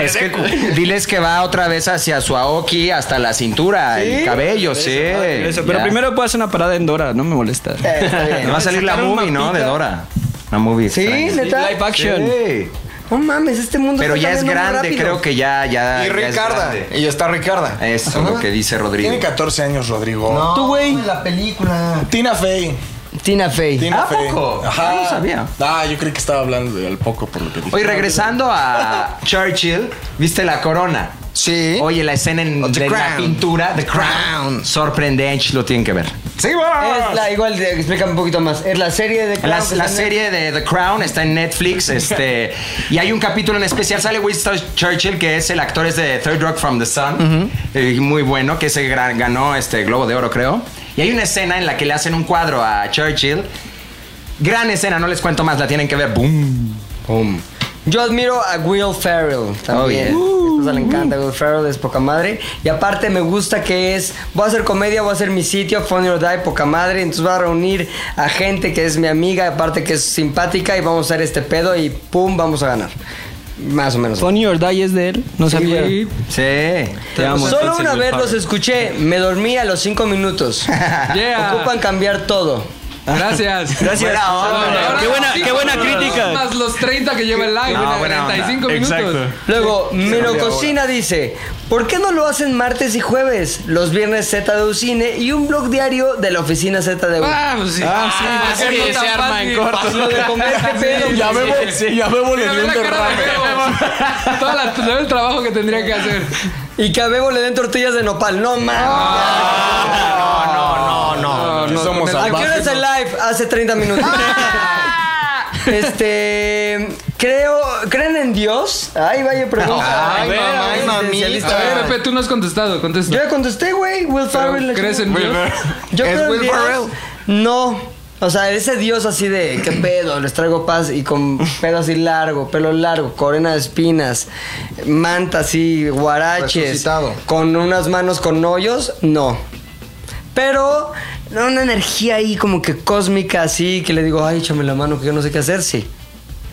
S7: Es que diles que va otra vez hacia su Aoki, hasta la cintura, el cabello, sí.
S8: Eso, pero
S7: ya.
S8: primero puedo hacer una parada en Dora, no me molesta.
S4: Eh, está bien.
S7: Va a salir la movie, ¿no? De Dora. La movie.
S4: Sí,
S7: extraña.
S4: neta.
S8: Live action.
S7: Sí.
S4: No mames, este mundo
S7: Pero
S4: está
S7: ya es
S4: cambiando muy
S7: grande,
S4: rápido.
S7: creo que ya, Ah, ya.
S2: Y
S7: ya es
S2: Ricarda.
S7: grande.
S2: Y está Ricarda.
S7: Eso es lo que dice Rodrigo.
S9: Tiene 14 años, Rodrigo.
S2: Tú, güey. La película.
S9: Tina Fey.
S4: Tina Fey.
S9: Tina
S7: ¿A
S9: Fey.
S7: poco?
S9: Ajá.
S7: Yo no sabía.
S9: Ah, yo creí que estaba hablando del poco por lo que dije.
S7: Oye, regresando a Churchill, ¿viste la corona?
S2: Sí.
S7: Oye, la escena en
S2: Oh, The
S7: de la
S2: Crown.
S7: pintura, The
S2: The
S7: Crown.
S2: Crown.
S7: Sorprendente, lo tienen que ver.
S4: Es la, igual, eh, explícame un poquito más. Es la serie de...
S7: La,
S4: Crown que
S7: la
S4: está en-
S7: serie de The Crown está en Netflix, este, y hay un capítulo en especial, sale Winston Churchill, que es el actor es de Third Rock from the Sun, eh, muy bueno, que se gra- ganó este Globo de Oro, creo. Y hay una escena en la que le hacen un cuadro a Churchill. Gran escena, no les cuento más, la tienen que ver. Boom, boom.
S4: Yo admiro a Will Ferrell también.
S7: Oh, yeah.
S4: A
S8: Uh,
S4: mi esposa le encanta Will Ferrell, es poca madre. Y aparte me gusta que es, voy a hacer comedia, voy a hacer mi sitio, Funny or Die, poca madre. Entonces voy a reunir a gente que es mi amiga, aparte que es simpática y vamos a hacer este pedo y pum, vamos a ganar. Más o menos.
S8: Funny or Die es de él, no sabía.
S3: Sí.
S7: Sí.
S8: Te amo,
S4: Solo
S8: entonces,
S4: una
S8: Will
S4: vez
S8: Ferrell.
S4: los escuché, me dormí a los cinco minutos.
S3: Yeah.
S4: Ocupan cambiar todo.
S3: Gracias.
S7: Gracias.
S3: Ahora,
S8: Qué buena- qué buena
S3: más los-
S8: crítica.
S3: Más los 30 que lleva el live.
S7: No,
S3: No,
S7: buena onda.
S3: 35 minutos.
S6: Exacto.
S4: Luego, Miro Cocina dice, ¿por qué no lo hacen martes y jueves? Los viernes ZDU Cine y un blog diario de la oficina ZDU.
S3: Ah, pues sí. Ah, sí.
S6: Ah, sí,
S3: Hacerlo
S6: se
S3: tan
S6: arma
S3: fácil.
S6: en corto.
S4: Lo de comer, qué pedo,
S3: Sí,
S9: Ya
S3: sí,
S9: Bebo,
S3: sí, sí.
S9: ya Bebo le
S3: Mira, ve
S9: dio un
S3: la cara de
S9: derrame.
S3: Bebo. Toda la- todo el trabajo que tendría que hacer.
S4: Y que a Bebo le den tortillas de nopal. No
S2: Ah,
S4: mames.
S7: No, no, no.
S9: Aquí somos
S4: ¿A qué hora es
S9: salvajes.
S4: el live? Hace 30 minutos.
S2: Ah.
S4: Este. Creo. ¿Creen en Dios? Ay, vaya pregunta.
S2: Ay, mamá, ay,
S3: A ver,
S2: mamita.
S3: Pepe, tú no has contestado. Contesta.
S4: Yo ya contesté, güey. Will
S3: Pero,
S4: Ferrell.
S3: ¿Crees en Dios?
S4: Yo
S2: ¿Es
S4: creo en
S2: Will
S4: Dios.
S2: Ferrell?
S4: No. O sea, ese dios así de, ¿qué pedo? Les traigo paz y con pedo así largo, pelo largo, corona de espinas, manta así, guaraches.
S2: Resucitado.
S4: Con unas manos con hoyos, no. Pero una energía ahí como que cósmica así, que le digo, ay, échame la mano que yo no sé qué hacer, sí.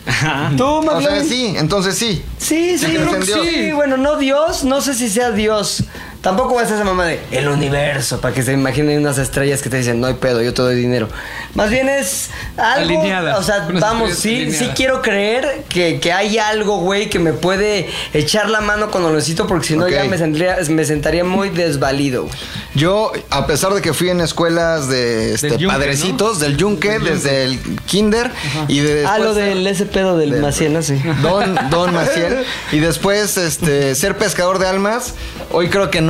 S2: O sea, sí, entonces sí.
S4: Sí, sí,
S2: Yo creo que
S4: sí.
S2: en Dios.
S4: Bueno, no Dios, no sé si sea Dios. Tampoco va a ser esa mamá de el universo, para que se imaginen unas estrellas que te dicen, no hay pedo, yo te doy dinero. Más bien es algo.
S3: Alineada.
S4: O sea,
S3: Unas
S4: vamos,
S3: estrellas
S4: sí, sí
S3: alineadas.
S4: quiero creer que, que hay algo, güey, que me puede echar la mano cuando lo necesito, porque si no
S2: Ok.
S4: ya me, sentría- me sentaría muy desvalido. güey.
S2: Yo, a pesar de que fui en escuelas de este,
S3: Del yunque,
S2: padrecitos, del yunque, desde el kinder y de
S4: Ah,
S2: después
S4: lo
S2: ser
S4: del ese pedo del
S2: del-
S4: Maciel, ¿no? Sí.
S2: Don, Don Maciel y después este ser pescador de almas, hoy creo que no.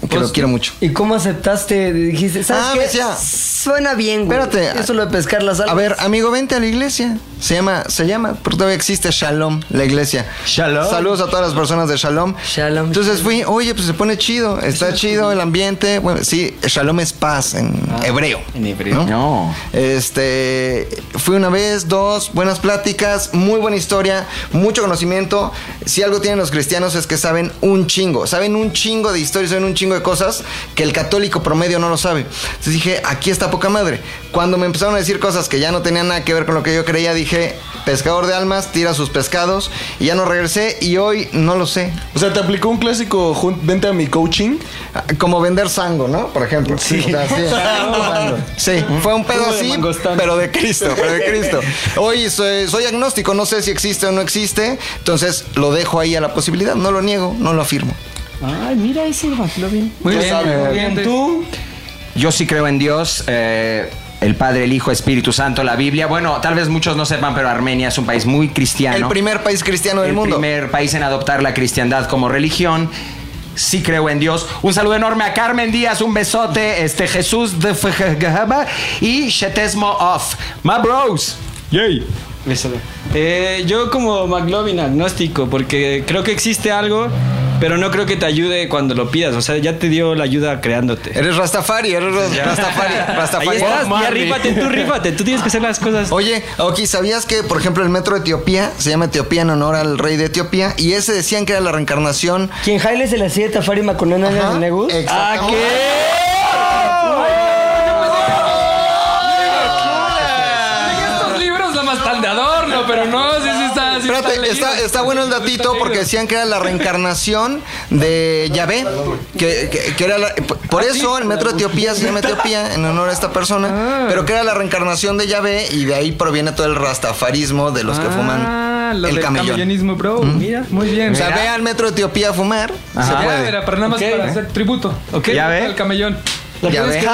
S2: que
S3: Pues
S2: lo quiero mucho.
S4: ¿Y cómo aceptaste? Dijiste, ¿sabes
S2: Ah,
S4: qué?
S2: me decía-
S4: Suena bien, güey.
S2: Espérate.
S4: Eso lo de pescar las almas.
S2: A ver, amigo, vente a la iglesia. Se llama, se llama, porque todavía existe Shalom, la iglesia.
S7: Shalom.
S2: Saludos a todas las personas de Shalom.
S4: Shalom.
S2: Entonces fui, oye, pues se pone chido, está chido el ambiente. Bueno, sí, Shalom es paz en
S4: Ah.
S2: hebreo.
S8: en hebreo.
S7: No.
S2: Este, fui una vez, dos, buenas pláticas, muy buena historia, mucho conocimiento. Si algo tienen los cristianos es que saben un chingo, saben un chingo de historias, saben un chingo de cosas que el católico promedio no lo sabe. Entonces dije, aquí está poca madre. Cuando me empezaron a decir cosas que ya no tenían nada que ver con lo que yo creía, dije, pescador de almas, tira sus pescados, y ya no regresé y hoy no lo sé.
S9: O sea, te aplicó un clásico jun- vente a mi coaching.
S2: Como vender sango, ¿no? Por ejemplo. Sí. sí. fue un pedo así, pero de Cristo, pero de Cristo. Hoy soy, soy agnóstico, no sé si existe o no existe, entonces lo dejo ahí a la posibilidad, no lo niego, no lo afirmo.
S5: Ay, mira, ese bajó bien.
S3: Muy bien, muy bien.
S4: tú.
S7: Yo sí creo en Dios. eh, el Padre, el Hijo, Espíritu Santo, la Biblia. Bueno, tal vez muchos no sepan, pero Armenia es un país muy cristiano.
S2: El primer país cristiano
S7: Ah,
S2: del
S7: el
S2: mundo.
S7: primer país en adoptar la cristiandad como religión. Sí creo en Dios. Un saludo enorme a Carmen Díaz, un besote, este Jesús de Fejegaba y Shetesmo Off. My bros. Yay.
S8: Eso. Eh, yo como McLovin agnóstico, porque creo que existe algo, pero no creo que te ayude cuando lo pidas. O sea, ya te dio la ayuda creándote.
S2: Eres Rastafari, eres Rastafari,
S8: Ahí
S2: Rastafari.
S8: estás, ya rífate, tú rífate, tú tienes que hacer las cosas.
S2: Oye, Oki, ¿sabías que, por ejemplo, el metro de Etiopía se llama Etiopía en honor al rey de Etiopía? Y ese decían que era la reencarnación.
S4: Quien Haile se le hacía Tafari Maconena
S2: Ajá,
S4: de Negus.
S2: exactamente.
S3: De estos libros nada más están de adorno, pero no, sí, sí está, sí está
S2: Espérate,
S3: leído.
S2: está, está bueno el datito porque decían que era la reencarnación de Yahvé. Que, que- que era la-
S3: Ah,
S2: por eso el metro de Etiopía se llama Etiopía en honor a esta
S3: Ah.
S2: persona. Pero que era la reencarnación de Yahvé y de ahí proviene todo el rastafarismo de los que
S3: Ah,
S2: fuman
S3: lo
S2: el
S3: del
S2: camellón.
S3: camellonismo, bro. Mira, muy bien.
S2: O sea, ve al metro de Etiopía a fumar. Se
S3: Ya,
S2: puede.
S3: mira, pero nada más
S8: Ok.
S3: para hacer tributo. Ok,
S7: Ya ve.
S3: El camellón.
S4: Ah,
S2: Ya ve.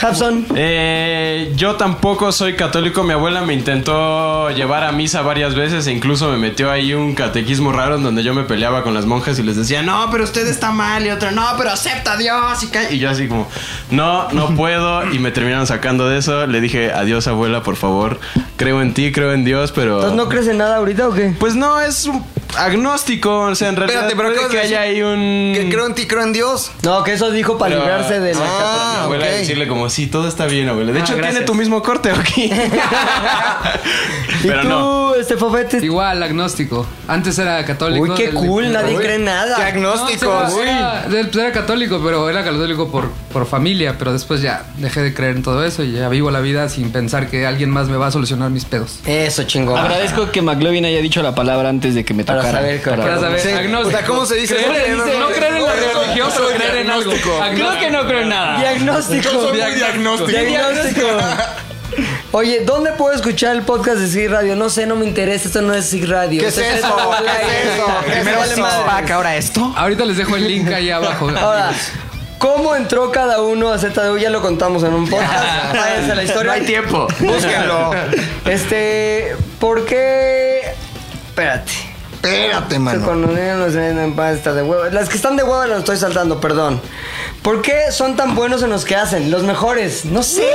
S4: Hobson.
S6: Eh, yo tampoco soy católico. Mi abuela me intentó llevar a misa varias veces e incluso me metió ahí un catequismo raro en donde yo me peleaba con las monjas y les decía, no, pero usted está mal. Y otra, no, pero acepta a Dios. Y, ca-". Y yo así como, no, no puedo. Y me terminaron sacando de eso. Le dije, adiós abuela, por favor. Creo en ti, creo en Dios, pero...
S4: ¿Entonces no crees en nada ahorita o qué?
S6: Pues no, es un agnóstico. O sea, en realidad
S2: Espérate, pero
S6: puede
S2: acabas
S6: que
S2: de decir
S6: haya ahí un...
S3: Mm.
S2: Que creo en ti, creo en Dios.
S4: No, que eso dijo para librarse de la... Ah,
S2: Ah,
S6: Mi abuela
S2: ok.
S6: decirle como sí, todo está bien, abuela. De hecho, tiene tu mismo corte aquí.
S4: ¿Y
S6: Pero
S4: tú,
S6: no.
S4: este fofete?
S3: Igual, agnóstico. Antes era católico.
S4: Uy, qué
S3: del-
S4: cool, nadie
S2: Uy,
S4: cree en nada.
S2: qué
S3: Ah, No, sí,
S2: agnóstico.
S3: era-
S2: Uy.
S3: era, del- pues, era católico, pero era católico por, por familia. Pero después ya dejé de creer en todo eso y ya vivo la vida sin pensar que alguien más me va a solucionar mis pedos.
S4: Eso, chingón.
S8: Agradezco que McLovin haya dicho la palabra antes de que me
S4: Para
S8: tocara.
S4: saber que-
S3: Para saber,
S2: Sí,
S3: agnóstico.
S2: o sea, ¿cómo se dice?
S3: Creer en-
S2: No
S3: no creer en la religión, pero creer en algo.
S8: Creo que no creo en
S3: Ah.
S8: nada.
S4: Diagnóstico.
S9: diagnóstico.
S4: Diagnóstico. Oye, ¿dónde puedo escuchar el podcast de SIG Radio? No sé, no me interesa, esto no es SIG Radio.
S2: ¿Qué es
S4: Esto
S2: eso?
S4: Esto vale
S2: ¿Qué es
S4: aire.
S2: eso?
S4: Esto
S2: Primero
S4: vale
S2: six
S4: madre.
S7: Pack, ahora esto.
S3: Ahorita les dejo el link ahí abajo.
S4: Ahora, ¿cómo entró cada uno a ZDU? Ya lo Ah, contamos en un podcast. Váyanse a la historia.
S7: No hay tiempo.
S2: Búsquenlo.
S4: Este, Porque. Espérate.
S2: Espérate,
S4: Se
S2: mano.
S4: conocieron los tres en paz, está de huevo. Las que están de huevo las estoy saltando, perdón. ¿Por qué son tan buenos en los que hacen? Los mejores. No sé.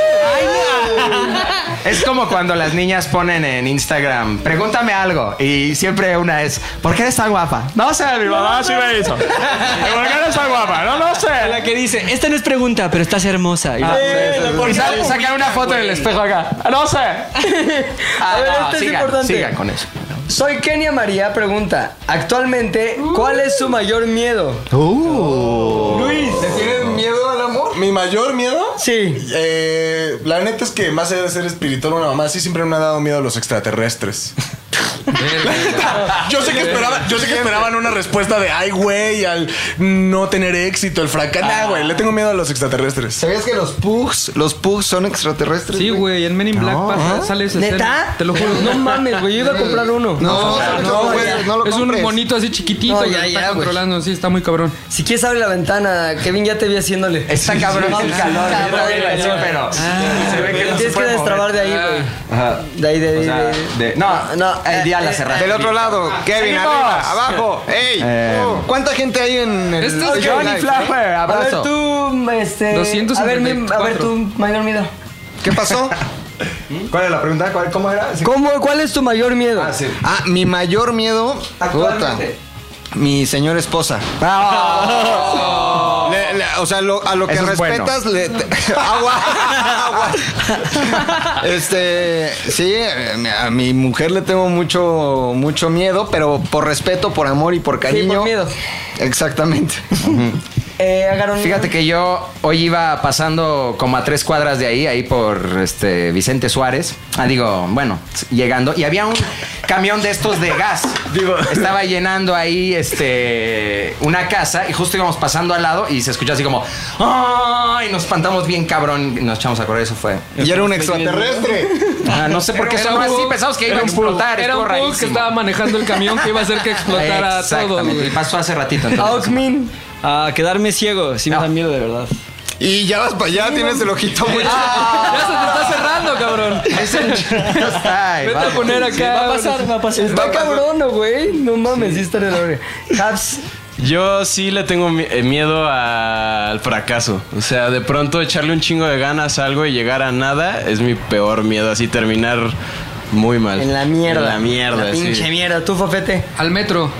S7: Es como cuando las niñas ponen en Instagram, pregúntame algo. Y siempre una es, ¿por qué eres tan guapa? No sé, mi mamá sí me hizo. ¿Por qué eres tan guapa? No, no sé.
S8: La que dice, esta no es pregunta, pero estás hermosa.
S4: Ah,
S8: Y-
S4: pues,
S7: Y sale- sacan una foto del espejo acá. No sé. Ah,
S4: A ver,
S7: no,
S4: este es
S7: sigan,
S4: importante.
S7: sigan con eso.
S4: Soy Kenia María, pregunta. Actualmente, ¿cuál es su mayor miedo?
S9: ¿Le tienes miedo al amor? ¿Mi mayor miedo?
S4: Sí.
S9: Eh, la neta es que más allá de ser espiritual una mamá, sí siempre me ha dado miedo a los extraterrestres. La neta, yo sé que esperaban, yo sé que esperaban una respuesta de ay güey, al no tener éxito, el fracaso. Nah, güey, le tengo miedo a los extraterrestres.
S2: ¿Sabías que los pugs, los pugs son extraterrestres?
S3: Sí, güey, en Men in Black
S2: ¿eh?
S3: pasa- sale ese
S4: ¿Neta?
S3: Te lo juro.
S4: No mames, güey. Yo iba a comprar uno.
S2: No, no, güey, no lo
S3: es un
S2: compres.
S3: monito así chiquitito
S4: No,
S3: que
S4: ya,
S3: lo está
S4: ya, güey.
S3: controlando. Sí, está muy cabrón.
S4: Si quieres abre la ventana, Kevin, ya te vi haciéndole.
S7: Está cabrón el calor. yo también iba a decir, pero se ve que no se
S4: Tienes que
S7: puede mover.
S4: destrabar de ahí, güey.
S3: Ah,
S8: Ah.
S7: Ajá.
S4: De ahí, de ahí.
S7: O sea,
S4: de ahí.
S7: de- no, no, el día la
S4: eh,
S7: cerraste.
S2: Del otro lado, Kevin,
S7: Seguimos.
S2: arriba, abajo. ¡Ey!
S7: Eh,
S2: Oh, ¿Cuánta gente hay en el eh?
S3: Este es
S2: Facebook
S3: Johnny
S2: Live?
S7: Flower,
S4: A ver
S7: abrazo.
S4: tú, este... A ver, mi- a
S3: 254.
S4: ver tu mayor miedo.
S2: ¿Qué pasó?
S7: ¿Cuál es la pregunta? ¿Cuál- ¿Cómo era? Sí.
S4: ¿Cómo, ¿Cuál es tu mayor miedo?
S7: Ah, sí.
S2: Ah, mi mayor miedo.
S4: Actualmente.
S2: puta, mi señora esposa.
S3: Oh.
S2: Le- le- o sea, lo- a lo que
S7: Eso es bueno.
S2: respetas, le- te- agua, agua. Este, sí, eh, a mi mujer le tengo mucho, mucho miedo, pero por respeto, por amor y por cariño.
S4: por miedo.
S2: Exactamente.
S4: Eh, agarón.
S7: Fíjate que yo hoy iba pasando como a tres cuadras de ahí, ahí por este Vicente Suárez. Ah, digo, bueno, llegando. Y había un camión de estos de gas. Digo. Estaba llenando ahí este una casa y justo íbamos pasando al lado y se escucha así como. ¡Ay! nos espantamos bien cabrón. Y nos echamos a correr, eso fue.
S2: Y era un extraterrestre.
S7: Ah, no sé por qué
S3: Era
S7: son
S3: un
S7: así,
S3: bug,
S7: pensamos que iba a
S3: era un bug,
S7: explotar.
S3: Era
S7: estuvo
S3: un bug que
S7: rarísimo.
S3: estaba manejando el camión que iba a hacer que explotara todo,
S7: Exactamente,
S3: güey.
S7: Y pasó hace ratito. entonces.
S4: Aokmin.
S8: A quedarme ciego, sí me da miedo de verdad.
S2: Y ya vas para allá, tienes el ojito muy.
S3: Ya se te está cerrando, cabrón.
S7: Ya está, ahí
S3: Vete
S7: va.
S3: a poner acá.
S8: Va a pasar, va a pasar.
S4: Está cabrón, ¿no, güey. No mames, sí está de la verga. Habs,
S6: Yo sí le tengo mi- eh, miedo a- al fracaso. O sea, de pronto echarle un chingo de ganas a algo y llegar a nada es mi peor miedo. Así terminar muy mal.
S4: en la mierda.
S6: En la mierda,
S4: La pinche
S6: sí.
S4: mierda. Tú, Fofete.
S3: Al metro.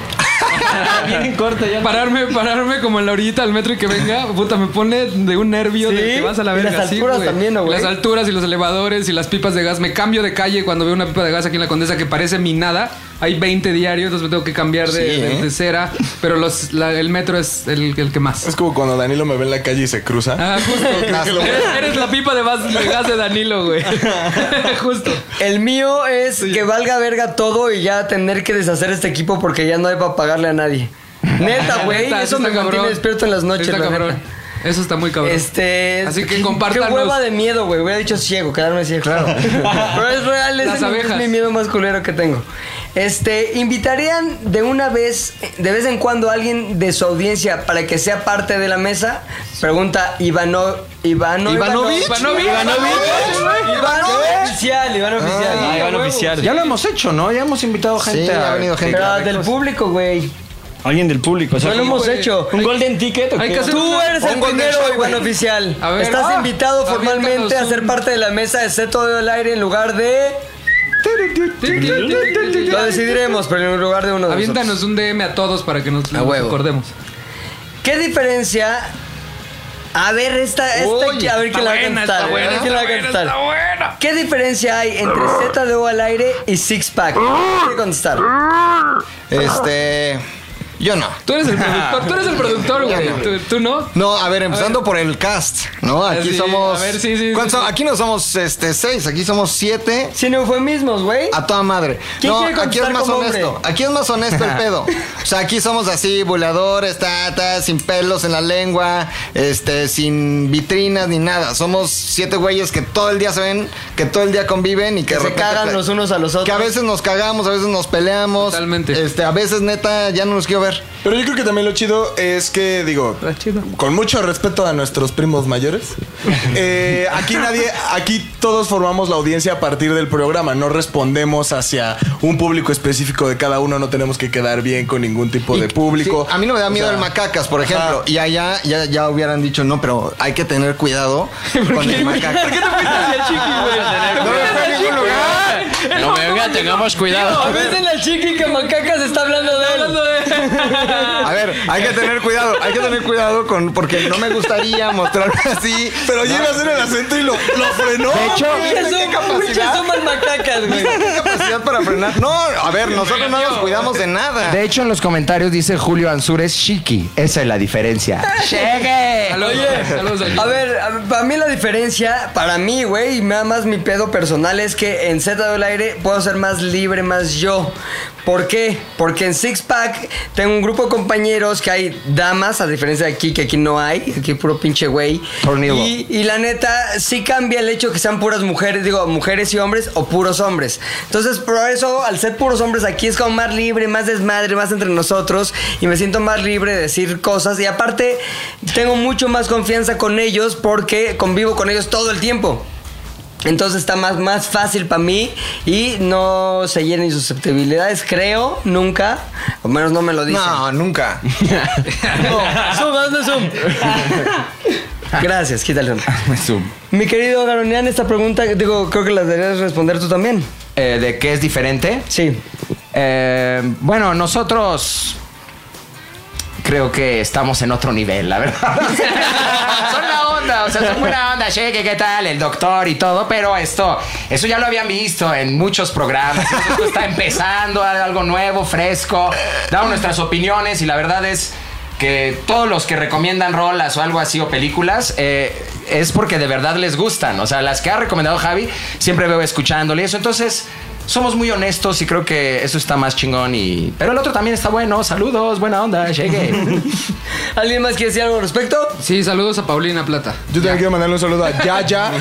S8: Bien corto ya.
S3: Pararme, pararme como en la orillita del metro y que venga, puta, me pone de un nervio de
S4: Sí,
S3: que vas a la
S4: y
S3: verga.
S4: las
S3: sí,
S4: alturas también, ¿no, güey?
S3: Las alturas y los elevadores y las pipas de gas. Me cambio de calle cuando veo una pipa de gas aquí en la Condesa que parece minada. Hay 20 diarios, entonces me tengo que cambiar de,
S2: Sí,
S3: de-
S2: ¿eh?
S3: de cera. Pero los, la- el metro es el, el que más.
S9: Es como cuando Danilo me ve en la calle y se cruza.
S3: Ah, justo.
S9: Que lo-
S3: eres, eres la pipa de, vas- de gas de Danilo, güey. justo.
S4: El mío es que valga verga todo y ya tener que deshacer este equipo porque ya no hay para pagarle a nadie. Neta, Ah, güey.
S3: Neta,
S4: Eso
S3: está
S4: me mantiene despierto en las noches,
S3: Está
S4: la
S3: cabrón.
S4: neta.
S3: Eso está muy cabrón.
S4: Este.
S3: Así que
S4: qué-
S3: compártanos.
S4: Qué hueva de miedo, güey. Hubiera dicho ciego, quedarme ciego. Claro. Pero es real, ese
S3: Las
S4: es, mi-
S3: abejas.
S4: es mi miedo más culero que tengo. Este, invitarían de una vez, de vez en cuando, a alguien de su audiencia para que sea parte de la mesa. Pregunta Ivano, Ivano,
S2: ¿Ivanovich?
S3: Ivanovich.
S4: Ivanovich. Ivano oficial, Ivano oficial.
S8: Ah, van a oficiar.
S7: Ya lo hemos hecho, ¿no? Ya hemos invitado gente.
S2: Sí,
S7: a-
S2: ha venido gente.
S4: Pero del público, güey.
S8: Alguien del público. o sea,
S4: No lo
S8: ¿cómo?
S4: hemos hecho.
S8: ¿Un golden ticket o
S3: Hay
S8: qué?
S3: que hacer
S4: Tú
S3: una-
S4: eres el
S2: Pongo en el
S4: primero,
S2: show,
S4: Iván
S2: güey.
S4: oficial.
S3: A ver.
S4: Estás
S3: Ah,
S4: invitado formalmente a
S3: aviéntanos
S4: ser
S3: un-
S4: parte de la mesa, excepto del aire, en lugar de. Lo decidiremos, pero en lugar de uno de
S3: Aviéntanos
S4: nosotros.
S3: un DM a todos para que nos,
S4: A
S3: nos
S4: huevo.
S3: acordemos.
S4: ¿Qué diferencia? A ver, esta, esta
S2: Uy,
S4: a ver quién la va a contestar. a ver quién la va a contestar. ¿Qué diferencia hay entre ZDO al aire y Six Pack? ¿Qué contestar?
S2: Este. Yo no.
S3: Tú eres el productor, tú eres el productor, güey. Tú, tú no.
S2: No, a ver, empezando por el cast, ¿no? Aquí
S3: sí,
S2: somos.
S3: a ver, sí, sí,
S2: ¿cuántos
S3: sí,
S2: son? Aquí no somos este, seis, aquí somos siete.
S4: Sin eufemismos, güey.
S2: A toda madre.
S4: ¿Quién
S2: no,
S4: quiere
S2: aquí es
S4: contestar
S2: más
S4: como hombre?
S2: honesto. Aquí es más honesto el pedo. O sea, aquí somos así, voladores, ta, ta, sin pelos en la lengua, este, sin vitrinas ni nada. Somos siete güeyes que todo el día se ven, que todo el día conviven y que,
S4: Que
S2: de
S4: se
S2: repente-
S4: cagan los unos a los otros.
S2: Que a veces nos cagamos, a veces nos peleamos.
S3: Totalmente.
S2: Este, a veces, neta, ya no los quiero ver.
S9: Pero yo creo que también lo chido es que, digo,
S3: Lo chido.
S9: con mucho respeto a nuestros primos mayores, eh, aquí nadie, aquí todos formamos la audiencia a partir del programa. No respondemos hacia un público específico de cada uno. No tenemos que quedar bien con ningún tipo de
S2: Y-
S9: público.
S2: sí, a mí no me da
S9: O
S2: miedo
S9: sea,
S2: el macacas, por ejemplo.
S9: ajá.
S2: Y allá ya, ya hubieran dicho, no, pero hay que tener cuidado con el macacas.
S8: ¿Por qué te fuiste hacia Chiqui,
S2: No
S8: güey?
S2: me fue a ningún lugar.
S10: No me venga, tengamos cuidado.
S4: A veces la chiqui que Macacas está hablando de él.
S2: A ver, hay que tener cuidado, hay que tener cuidado con, porque no me gustaría mostrarme así.
S9: Pero ya iba a hacer el acento y lo, lo frenó.
S2: De hecho,
S4: Muchas
S2: ¿viste qué
S4: son- Muchas
S2: capacidad?
S4: son más Macacas, güey.
S2: ¿Qué capacidad para frenar? No, a ver, nosotros no nos cuidamos de nada.
S7: De hecho, en los comentarios dice Julio Ansúrez Chiqui. Esa es la diferencia. ¡Chegue!
S3: Saludos, saludos al-
S4: A ver, a- para mí la diferencia, para mí, güey, y nada más mi pedo personal es que en Z del Aire puedo ser más libre, más yo. ¿Por qué? Porque en Six Pack tengo un grupo de compañeros que hay damas, a diferencia de aquí, que aquí no hay, aquí puro pinche güey.
S7: Tornillo.
S4: Y, y la neta, sí cambia el hecho que sean puras mujeres, digo, mujeres y hombres o puros hombres. Entonces, por eso, al ser puros hombres aquí es como más libre, más desmadre, más entre nosotros y me siento más libre de decir cosas. Y aparte, tengo mucho más confianza con ellos porque convivo con ellos todo el tiempo. Entonces está más, más fácil para mí y no se llenen susceptibilidades, creo, nunca. O menos no me lo dicen.
S2: No, nunca.
S4: Zoom, hazme zoom. Gracias, quítale. Mi querido Garonian, esta pregunta, digo, creo que la deberías responder tú también.
S7: Eh, ¿De qué es diferente?
S4: Sí.
S7: Eh, bueno, nosotros creo que estamos en otro nivel, la verdad. son la onda, o sea, son buena onda, cheque, qué tal, el doctor y todo, pero esto, eso ya lo habían visto en muchos programas. Entonces, Esto está empezando, algo nuevo, fresco. Damos nuestras opiniones y la verdad es que todos los que recomiendan rolas o algo así o películas eh, es porque de verdad les gustan. O sea, las que ha recomendado Javi siempre veo escuchándole y eso. Entonces, somos muy honestos y creo que eso está más chingón. Y... Pero el otro también está bueno. Saludos, buena onda, llegué.
S4: ¿Alguien más quiere decir algo al respecto?
S3: Sí, saludos a Paulina Plata.
S9: Yo también quiero mandarle un saludo a Yaya.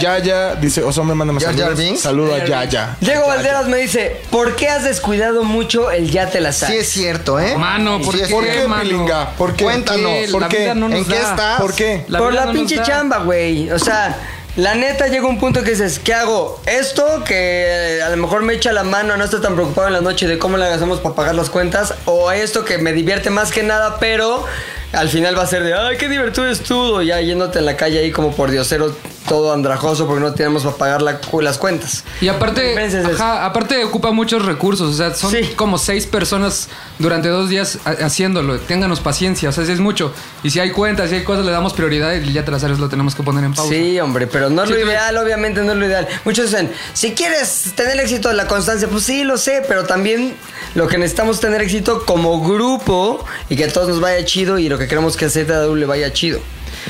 S9: Yaya dice, Oso me manda más
S2: Yaya
S9: saludos.
S2: Binks.
S9: Saludo a Yaya.
S4: Diego Valderas me dice, ¿por qué has descuidado mucho el ya te la
S2: Sí
S4: sabes?
S2: es cierto, ¿eh?
S3: Mano, ¿por
S2: Sí es
S3: qué,
S9: ¿Por qué,
S2: cierto.
S3: mano?
S9: Pilinga? ¿Por qué?
S2: Cuéntanos,
S3: Sí,
S9: ¿por
S3: la
S9: qué?
S3: vida no nos
S2: ¿En qué
S3: da.
S2: estás?
S9: ¿Por qué?
S3: La
S4: Por
S3: vida
S4: la
S3: no nos
S4: pinche
S3: da.
S4: chamba, güey. O sea, la neta llega un punto que dices, ¿qué hago? Esto que eh, a lo mejor me echa la mano, no estoy tan preocupado en la noche de cómo la hacemos para pagar las cuentas, o esto que me divierte más que nada, pero al final va a ser de, ay, qué divertido estuvo, ya yéndote en la calle ahí como por diosero, todo andrajoso porque no tenemos para pagar la cu- las cuentas.
S3: Y
S4: La
S3: aparte,
S4: diferencia es esa.
S3: ajá, aparte ocupa muchos recursos, o sea, son
S4: Sí.
S3: como seis personas durante dos días ha- haciéndolo. Ténganos paciencia, o sea, sí es mucho. Y si hay cuentas, si hay cosas, le damos prioridad y ya trazares lo tenemos que poner en pausa.
S4: Sí, hombre, pero no es
S3: Sí,
S4: lo
S3: tú-
S4: ideal, obviamente no es lo ideal. Muchos dicen, si quieres tener éxito en la constancia, pues sí, lo sé, pero también lo que necesitamos es tener éxito como grupo y que a todos nos vaya chido y lo que queremos que a ZW le vaya chido.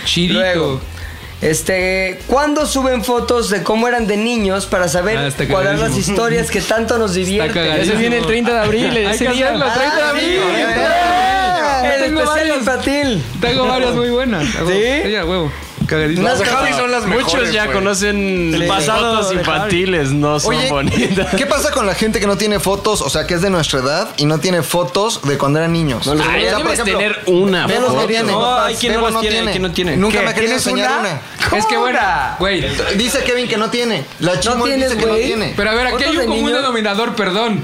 S3: Chidito.
S4: Luego, este, ¿cuándo suben fotos de cómo eran de niños para saber
S3: Ah, está
S4: cuáles las
S3: cagadísimo.
S4: historias que tanto nos divierten? Ah,
S3: cagadísimo.
S8: Ese viene el 30 de abril.
S3: Hay
S8: ese
S3: que
S8: día.
S3: hacerlo, 30 de abril.
S4: sí,
S3: ¿eh?
S4: El
S3: Yo tengo
S4: especial
S3: varias.
S4: infantil.
S3: Tengo varias muy buenas. ¿Sí? Sí, a huevo. Cagadísimo.
S9: Las de Javi son las mejores.
S6: Muchos ya
S9: güey.
S6: conocen
S8: Sí.
S6: pasado
S8: Fotos de
S6: infantiles, no son
S2: Oye,
S6: bonitas.
S2: ¿qué pasa con la gente que no tiene fotos? O sea, que es de nuestra edad y no tiene fotos de cuando eran niños.
S4: los-
S2: O
S6: Ay,
S2: sea, por
S6: debes
S2: ejemplo,
S6: tener una.
S2: Bebo
S6: foto.
S2: no tiene.
S8: No, hay quien no
S2: Bebo
S8: las tiene, hay quien no tiene.
S2: Nunca
S7: ¿Qué?
S2: me ha querido
S7: ¿Tienes
S2: enseñar
S7: una?
S2: una.
S3: Es que bueno,
S7: Cobra.
S3: güey.
S2: Dice Kevin que no tiene. La Chimo
S4: tienes,
S2: dice que no
S4: güey.
S2: tiene.
S3: Pero a ver, aquí
S4: ¿Fotos
S3: hay un
S4: de
S3: común
S4: niños?
S3: denominador, perdón.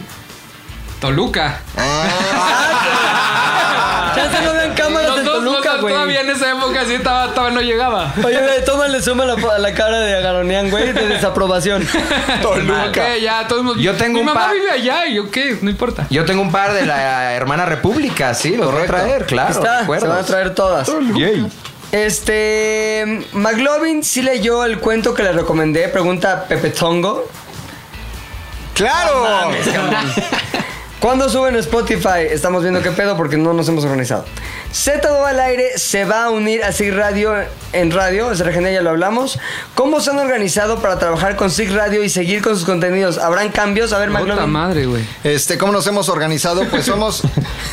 S3: Toluca.
S2: Ah.
S4: Chance no vean cámaras
S3: Los
S4: de
S3: dos, los
S4: Toluca,
S3: dos
S4: güey.
S3: todavía en esa época sí estaba, todavía no llegaba.
S4: Oye, güey, tómale suma la, a la cara de Agaronian, güey, de desaprobación.
S3: Ok, ya, todo el mundo-
S7: Yo tengo
S3: Mi
S7: un
S3: mamá
S7: pa-
S3: vive allá y yo qué, no importa.
S7: Yo tengo un par de la hermana República, sí, los voy a traer, claro.
S4: Está, se
S7: recuerdos.
S4: van a traer todas. Este. McLovin sí leyó el cuento que le recomendé, pregunta a Pepe Tongo.
S2: ¡Claro!
S4: ¿Cuándo suben Spotify? Estamos viendo qué pedo porque no nos hemos organizado. Z2 al aire se va a unir a SIG Radio en radio, es Regenia ya lo hablamos. ¿Cómo se han organizado para trabajar con SIG Radio y seguir con sus contenidos? ¿Habrán cambios? A ver,
S3: Puta
S4: McLovin.
S3: madre, güey.
S2: Este, ¿cómo nos hemos organizado? Pues somos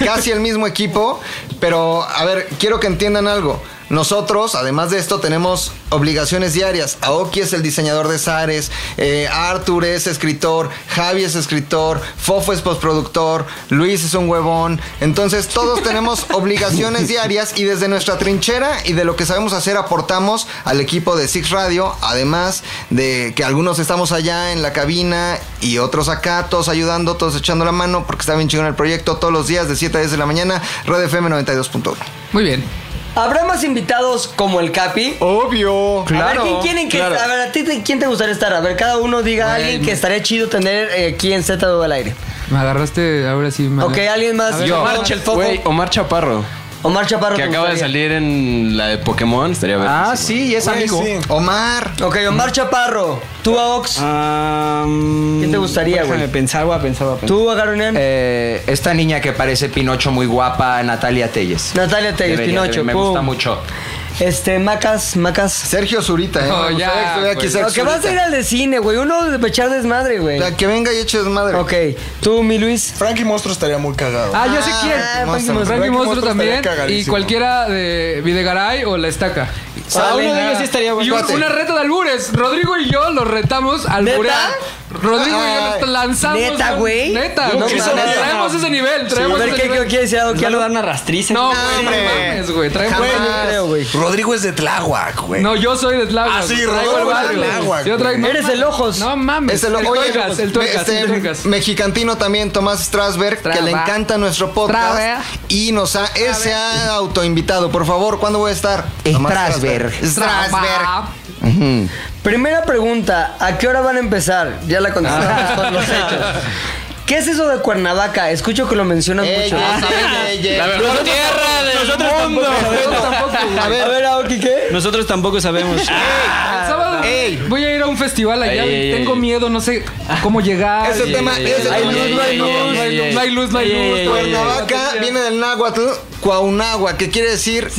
S2: casi el mismo equipo, pero a ver, quiero que entiendan algo. Nosotros, además de esto, tenemos obligaciones diarias. Aoki es el diseñador de Zares, eh, Arthur es escritor, Javi es escritor, Fofo es postproductor, Luis es un huevón. Entonces, todos tenemos obligaciones diarias y desde nuestra trinchera y de lo que sabemos hacer aportamos al equipo de Six Radio, además de que algunos estamos allá en la cabina y otros acá, todos ayudando, todos echando la mano, porque está bien chingón el proyecto, todos los días de 7 a 10 de la mañana, Radio FM 92.1.
S3: Muy bien.
S4: ¿Habrá más invitados como el Capi?
S2: Obvio.
S4: a
S2: claro,
S4: ver, ¿quién quieren que-
S2: claro.
S4: a ver, ¿a ti te- quién te gustaría estar? A ver, cada uno diga a alguien que estaría chido tener eh, aquí en Z2 al aire.
S3: Me agarraste ahora sí. me-
S4: Ok, alguien más.
S6: Yo,
S4: Omar Ch- el Fofo.
S6: Güey, Omar Chaparro.
S4: Omar Chaparro.
S6: Que
S4: ¿te
S6: acaba de
S4: gustaría?
S6: salir en la de Pokémon. Estaría bien.
S7: Ah, sí, y es
S9: Güey,
S7: amigo.
S9: sí.
S2: Omar.
S4: Ok, Omar Chaparro. Tú, Aox.
S8: ¿Quién
S4: ¿Quién te gustaría, güey?
S8: Déjame pensar, voy a pensar, voy a pensar.
S4: Tú, Agaronian.
S7: Eh, esta niña que parece Pinocho muy guapa, Natalia Telles.
S4: Natalia Telles,
S7: Debería,
S4: Pinocho.
S7: Me
S4: pum.
S7: gusta mucho.
S4: Este, Macas, Macas.
S2: Sergio Zurita, ¿eh?
S3: No,
S2: Me gustaría
S3: ya,
S2: que estuviera aquí
S3: pues.
S4: Lo
S2: Sergio
S4: que vas a ir
S2: Zurita.
S4: al de cine, güey. Uno de echar desmadre, güey.
S2: O sea, que venga y eche desmadre.
S4: Ok, tú, mi Luis.
S9: Frankie Monstruo estaría muy cagado.
S3: Ah, yo sé
S2: Ah,
S3: quién.
S2: Frankie
S3: Frankie
S2: Monstruo.
S3: Monstruo,
S9: Frankie Monstruo
S3: también.
S9: estaría
S3: Y
S9: cagadísimo.
S3: cualquiera de Videgaray o La Estaca.
S8: Ah, uno de ellos sí estaría
S3: Y
S8: bueno.
S3: un- una reta de albures. Rodrigo y yo los retamos a alburear. Rodrigo y yo nos lanzamos.
S4: ¿Neta,
S3: un-
S4: güey?
S3: Neta.
S9: No,
S3: Neta,
S9: mames.
S3: Traemos ese nivel.
S4: A
S3: Traemos
S4: ver,
S3: ese
S4: ¿qué, qué
S3: nivel.
S4: quieres decir? ¿Qué
S8: ¿Ya lo
S4: algo?
S8: dan una rastriza?
S3: No, güey, no
S2: hombre.
S3: mames, güey. Traemos.
S9: Güey, no
S4: creo, güey.
S9: Rodrigo es de Tláhuac, güey.
S3: No, yo soy de Tláhuac.
S9: Ah, sí,
S3: Traigo
S9: Rodolfo
S3: el
S9: es de
S3: barrio.
S9: Tláhuac,
S3: Yo traigo-
S4: güey. Eres de Lojos.
S3: No mames.
S2: Es el, oye,
S3: tuercas, el tuercas,
S2: este,
S3: el tuercas.
S2: mexicantino también, Tomás Strasberg,
S3: Traba.
S2: que le encanta nuestro podcast.
S3: Traba.
S2: Y nos ha, él se ha autoinvitado. Por favor, ¿cuándo voy a estar? Tomás
S7: Strasberg.
S2: Strasberg.
S3: Traba.
S4: Primera pregunta, ¿a qué hora van a empezar? Ya la contestamos con los hechos. ¿Qué es eso de Cuernavaca? Escucho que lo mencionas
S2: Ey,
S4: mucho. Ah,
S2: ey, ey, ey, ey.
S10: La mejor tierra del mundo.
S4: A ver, a ver, Aoki, ¿qué?
S8: Nosotros tampoco sabemos.
S3: El sábado voy a ir a un festival allá.
S10: Ey, ey,
S3: tengo
S10: ey.
S3: miedo, no sé cómo llegar.
S2: Ese
S3: Ey,
S2: tema,
S10: ey, ey,
S2: ese
S3: No hay
S2: tema.
S3: luz, no hay
S10: ey,
S3: luz,
S10: ey, ey,
S3: no hay luz, no hay
S8: ey,
S3: luz.
S8: ey,
S3: no hay luz.
S2: Cuernavaca viene del náhuatl Cuaunagua, que quiere decir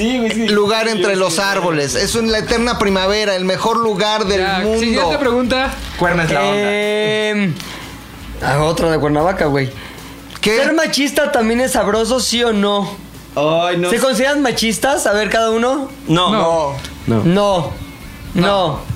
S2: lugar entre los árboles. Es un- la eterna primavera, el mejor lugar del
S3: Ya,
S2: mundo.
S3: Siguiente pregunta.
S7: Cuerna es la onda.
S4: Eh, ah, otra de Cuernavaca, güey.
S2: ¿Qué?
S4: ¿Ser machista también es sabroso, sí o no?
S8: Ay, no.
S4: ¿Se consideran machistas? A ver, cada uno.
S8: No.
S9: No.
S4: No. No.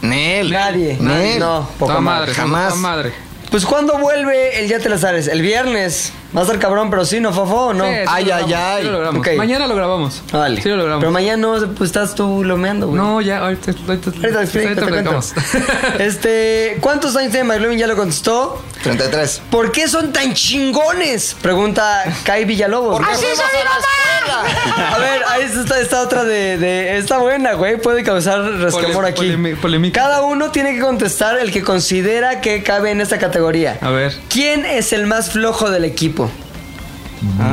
S2: Nel.
S4: Nadie.
S2: Nel.
S4: No, poca
S3: Toda
S4: madre.
S3: madre,
S2: jamás.
S3: toda madre.
S4: Pues ¿cuándo vuelve el Ya te las sabes? El viernes. Va a estar cabrón, pero sí, ¿no, Fofo? ¿o no?
S3: Sí, sí
S2: Ay,
S3: lo
S2: ay,
S3: logramos,
S2: ay.
S3: sí lo logramos.
S4: Ok.
S3: Mañana lo grabamos.
S4: Vale.
S3: Sí lo logramos.
S4: Pero mañana no, pues estás tú lomeando, güey.
S3: no, ya, ahorita, ahorita,
S4: Ahorita te explico,
S3: ahorita
S4: te cuento.
S3: platicamos.
S4: Este, ¿cuántos años tiene McLovin? Ya lo contestó.
S2: 33.
S4: ¿Por qué son tan chingones? Pregunta Kai Villalobos.
S2: ¡Así soy
S4: A ver, ahí está esta otra de, de- Está buena, güey. Puede causar resquemor
S3: Pole-
S4: aquí.
S3: polemi- polémica.
S4: Cada uno tiene que contestar el que considera que cabe en esta categoría.
S3: A ver.
S4: ¿Quién es el más flojo del equipo?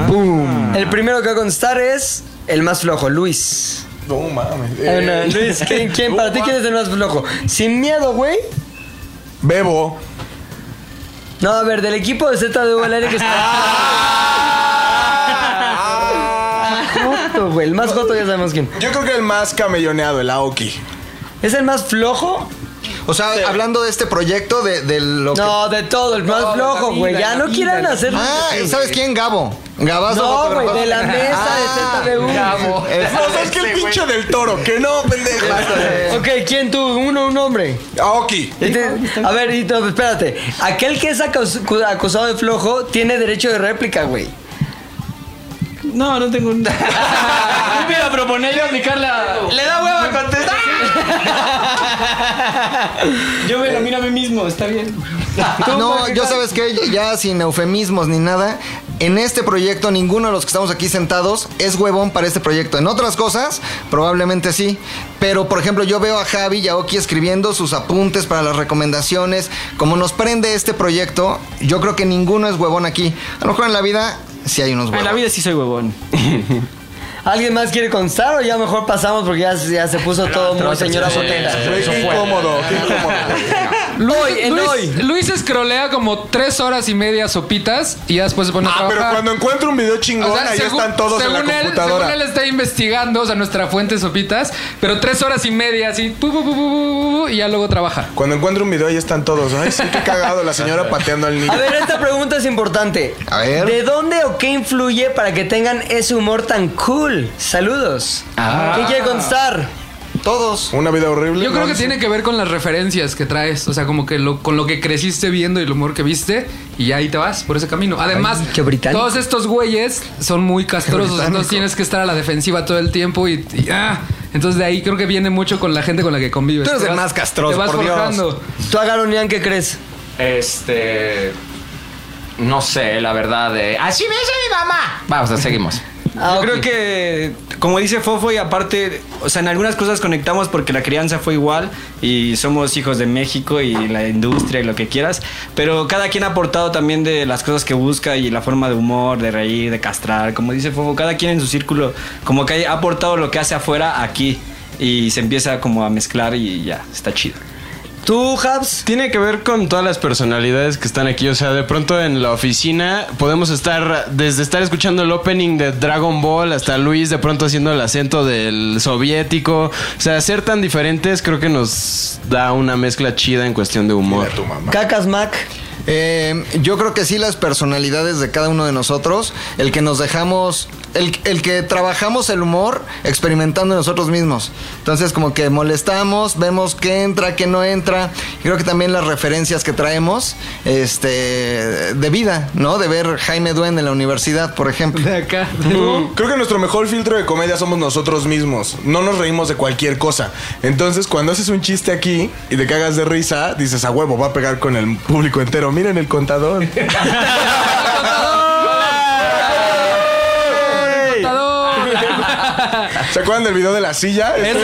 S4: ¡Boom! El primero que va a contestar es el más flojo, Luis.
S9: No mames.
S4: Eh,
S9: Eh,
S4: no, Luis, ¿quién, quién- para ti quién es el más flojo? Sin miedo, güey.
S9: Bebo.
S4: No, a ver, del equipo de Z de al aire que está. Joto, güey. El más joto ya sabemos quién.
S9: Yo creo que el más camelloneado, el Aoki.
S4: ¿Es el más flojo?
S2: O sea, hablando de este proyecto, de, de lo que...
S4: No, de todo, el más flojo, güey. Ya no quieran hacer.
S2: Ah, ¿sabes quién? Gabo. Gabazo.
S4: No,
S2: fotógrafo.
S4: güey, de la mesa
S2: Ah,
S4: de ZDU.
S2: Gabo. Es-
S9: No, es que el pinche del toro, que no, pendejo.
S4: Ok, ¿quién tú? Uno, un hombre.
S9: Aoki.
S4: Este, a ver, y no, espérate. Aquel que es acus- cu- acusado de flojo tiene derecho de réplica, güey.
S8: No, no tengo un. Yo me iba a proponer Ah, yo aplicar la.
S7: Le da hueva contestar.
S8: Yo me nomino a mí mismo, está bien.
S2: No, yo sabes que ya sin eufemismos ni nada, en este proyecto ninguno de los que estamos aquí sentados es huevón para este proyecto. En otras cosas, probablemente sí. Pero, por ejemplo, yo veo a Javi y a Oki escribiendo sus apuntes para las recomendaciones. Como nos prende este proyecto, yo creo que ninguno es huevón aquí. A lo mejor en la vida sí hay unos
S8: En la
S2: huevos.
S8: vida sí soy huevón.
S4: ¿Alguien más quiere constar o ya mejor pasamos porque ya, ya se puso todo muy señora
S9: Güey,
S4: botella?
S9: Qué incómodo, qué incómodo.
S3: Luis,
S9: Hoy, en
S3: Luis,
S9: hoy.
S3: Luis escrolea como tres horas y media sopitas y ya después se pone a
S9: Ah,
S3: trabajar.
S9: pero cuando encuentro un video chingón, ahí están todos en la
S3: según él,
S9: computadora.
S3: Según él está investigando, o sea, nuestra fuente es sopitas, pero tres horas y media así, pu, pu, pu, pu, pu, pu, y ya luego trabaja.
S9: Cuando encuentro un video, ahí están todos. Ay, sí, qué cagado, la señora pateando al niño.
S4: A ver, esta pregunta es importante.
S9: A ver.
S4: ¿De dónde o qué influye para que tengan ese humor tan cool? Saludos.
S3: Ah.
S4: ¿Quién quiere contestar?
S2: Todos.
S9: Una vida horrible.
S3: Yo creo que tiene que ver con las referencias que traes, o sea, como que lo- con lo que creciste viendo y el humor que viste, y ahí te vas por ese camino. Además,
S4: qué británico.
S3: todos estos güeyes son muy castrosos,
S4: británico.
S3: entonces tienes que estar a la defensiva todo el tiempo y, y, ah, entonces de ahí creo que viene mucho con la gente con la que convives.
S4: Tú eres
S3: Te
S4: el
S3: vas-
S4: más castroso,
S3: Te vas
S4: por Dios.
S3: forjando.
S4: ¿Tú, Agaronian, qué crees?
S11: Este. No sé, la verdad. eh, Así ves a mi mamá. Vamos, seguimos.
S4: Ah,
S8: Yo creo que, como dice Fofo, y aparte, o sea, en algunas cosas conectamos porque la crianza fue igual y somos hijos de México y la industria y lo que quieras, pero cada quien ha aportado también de las cosas que busca y la forma de humor, de reír, de castrar, como dice Fofo, cada quien en su círculo, como que ha aportado lo que hace afuera aquí y se empieza como a mezclar y ya, está chido.
S4: ¿Tú, Habs?
S6: Tiene que ver con todas las personalidades que están aquí. O sea, de pronto en la oficina podemos estar, desde estar escuchando el opening de Dragon Ball hasta Luis de pronto haciendo el acento del soviético. O sea, ser tan diferentes creo que nos da una mezcla chida en cuestión de humor.
S4: Cacas Mac.
S2: Eh, yo creo que sí las personalidades de cada uno de nosotros, el que nos dejamos, el, el que trabajamos el humor experimentando nosotros mismos. Entonces como que molestamos, vemos qué entra, qué no entra. Y creo que también las referencias que traemos este, de vida, ¿no? De ver Jaime Duende en la universidad, por ejemplo.
S3: De acá.
S9: Mm. Creo que nuestro mejor filtro de comedia somos nosotros mismos. No nos reímos de cualquier cosa. Entonces, cuando haces un chiste aquí y te cagas de risa, dices a huevo, va a pegar con el público entero. Miren el contador. ¿Se acuerdan del video de la silla? Este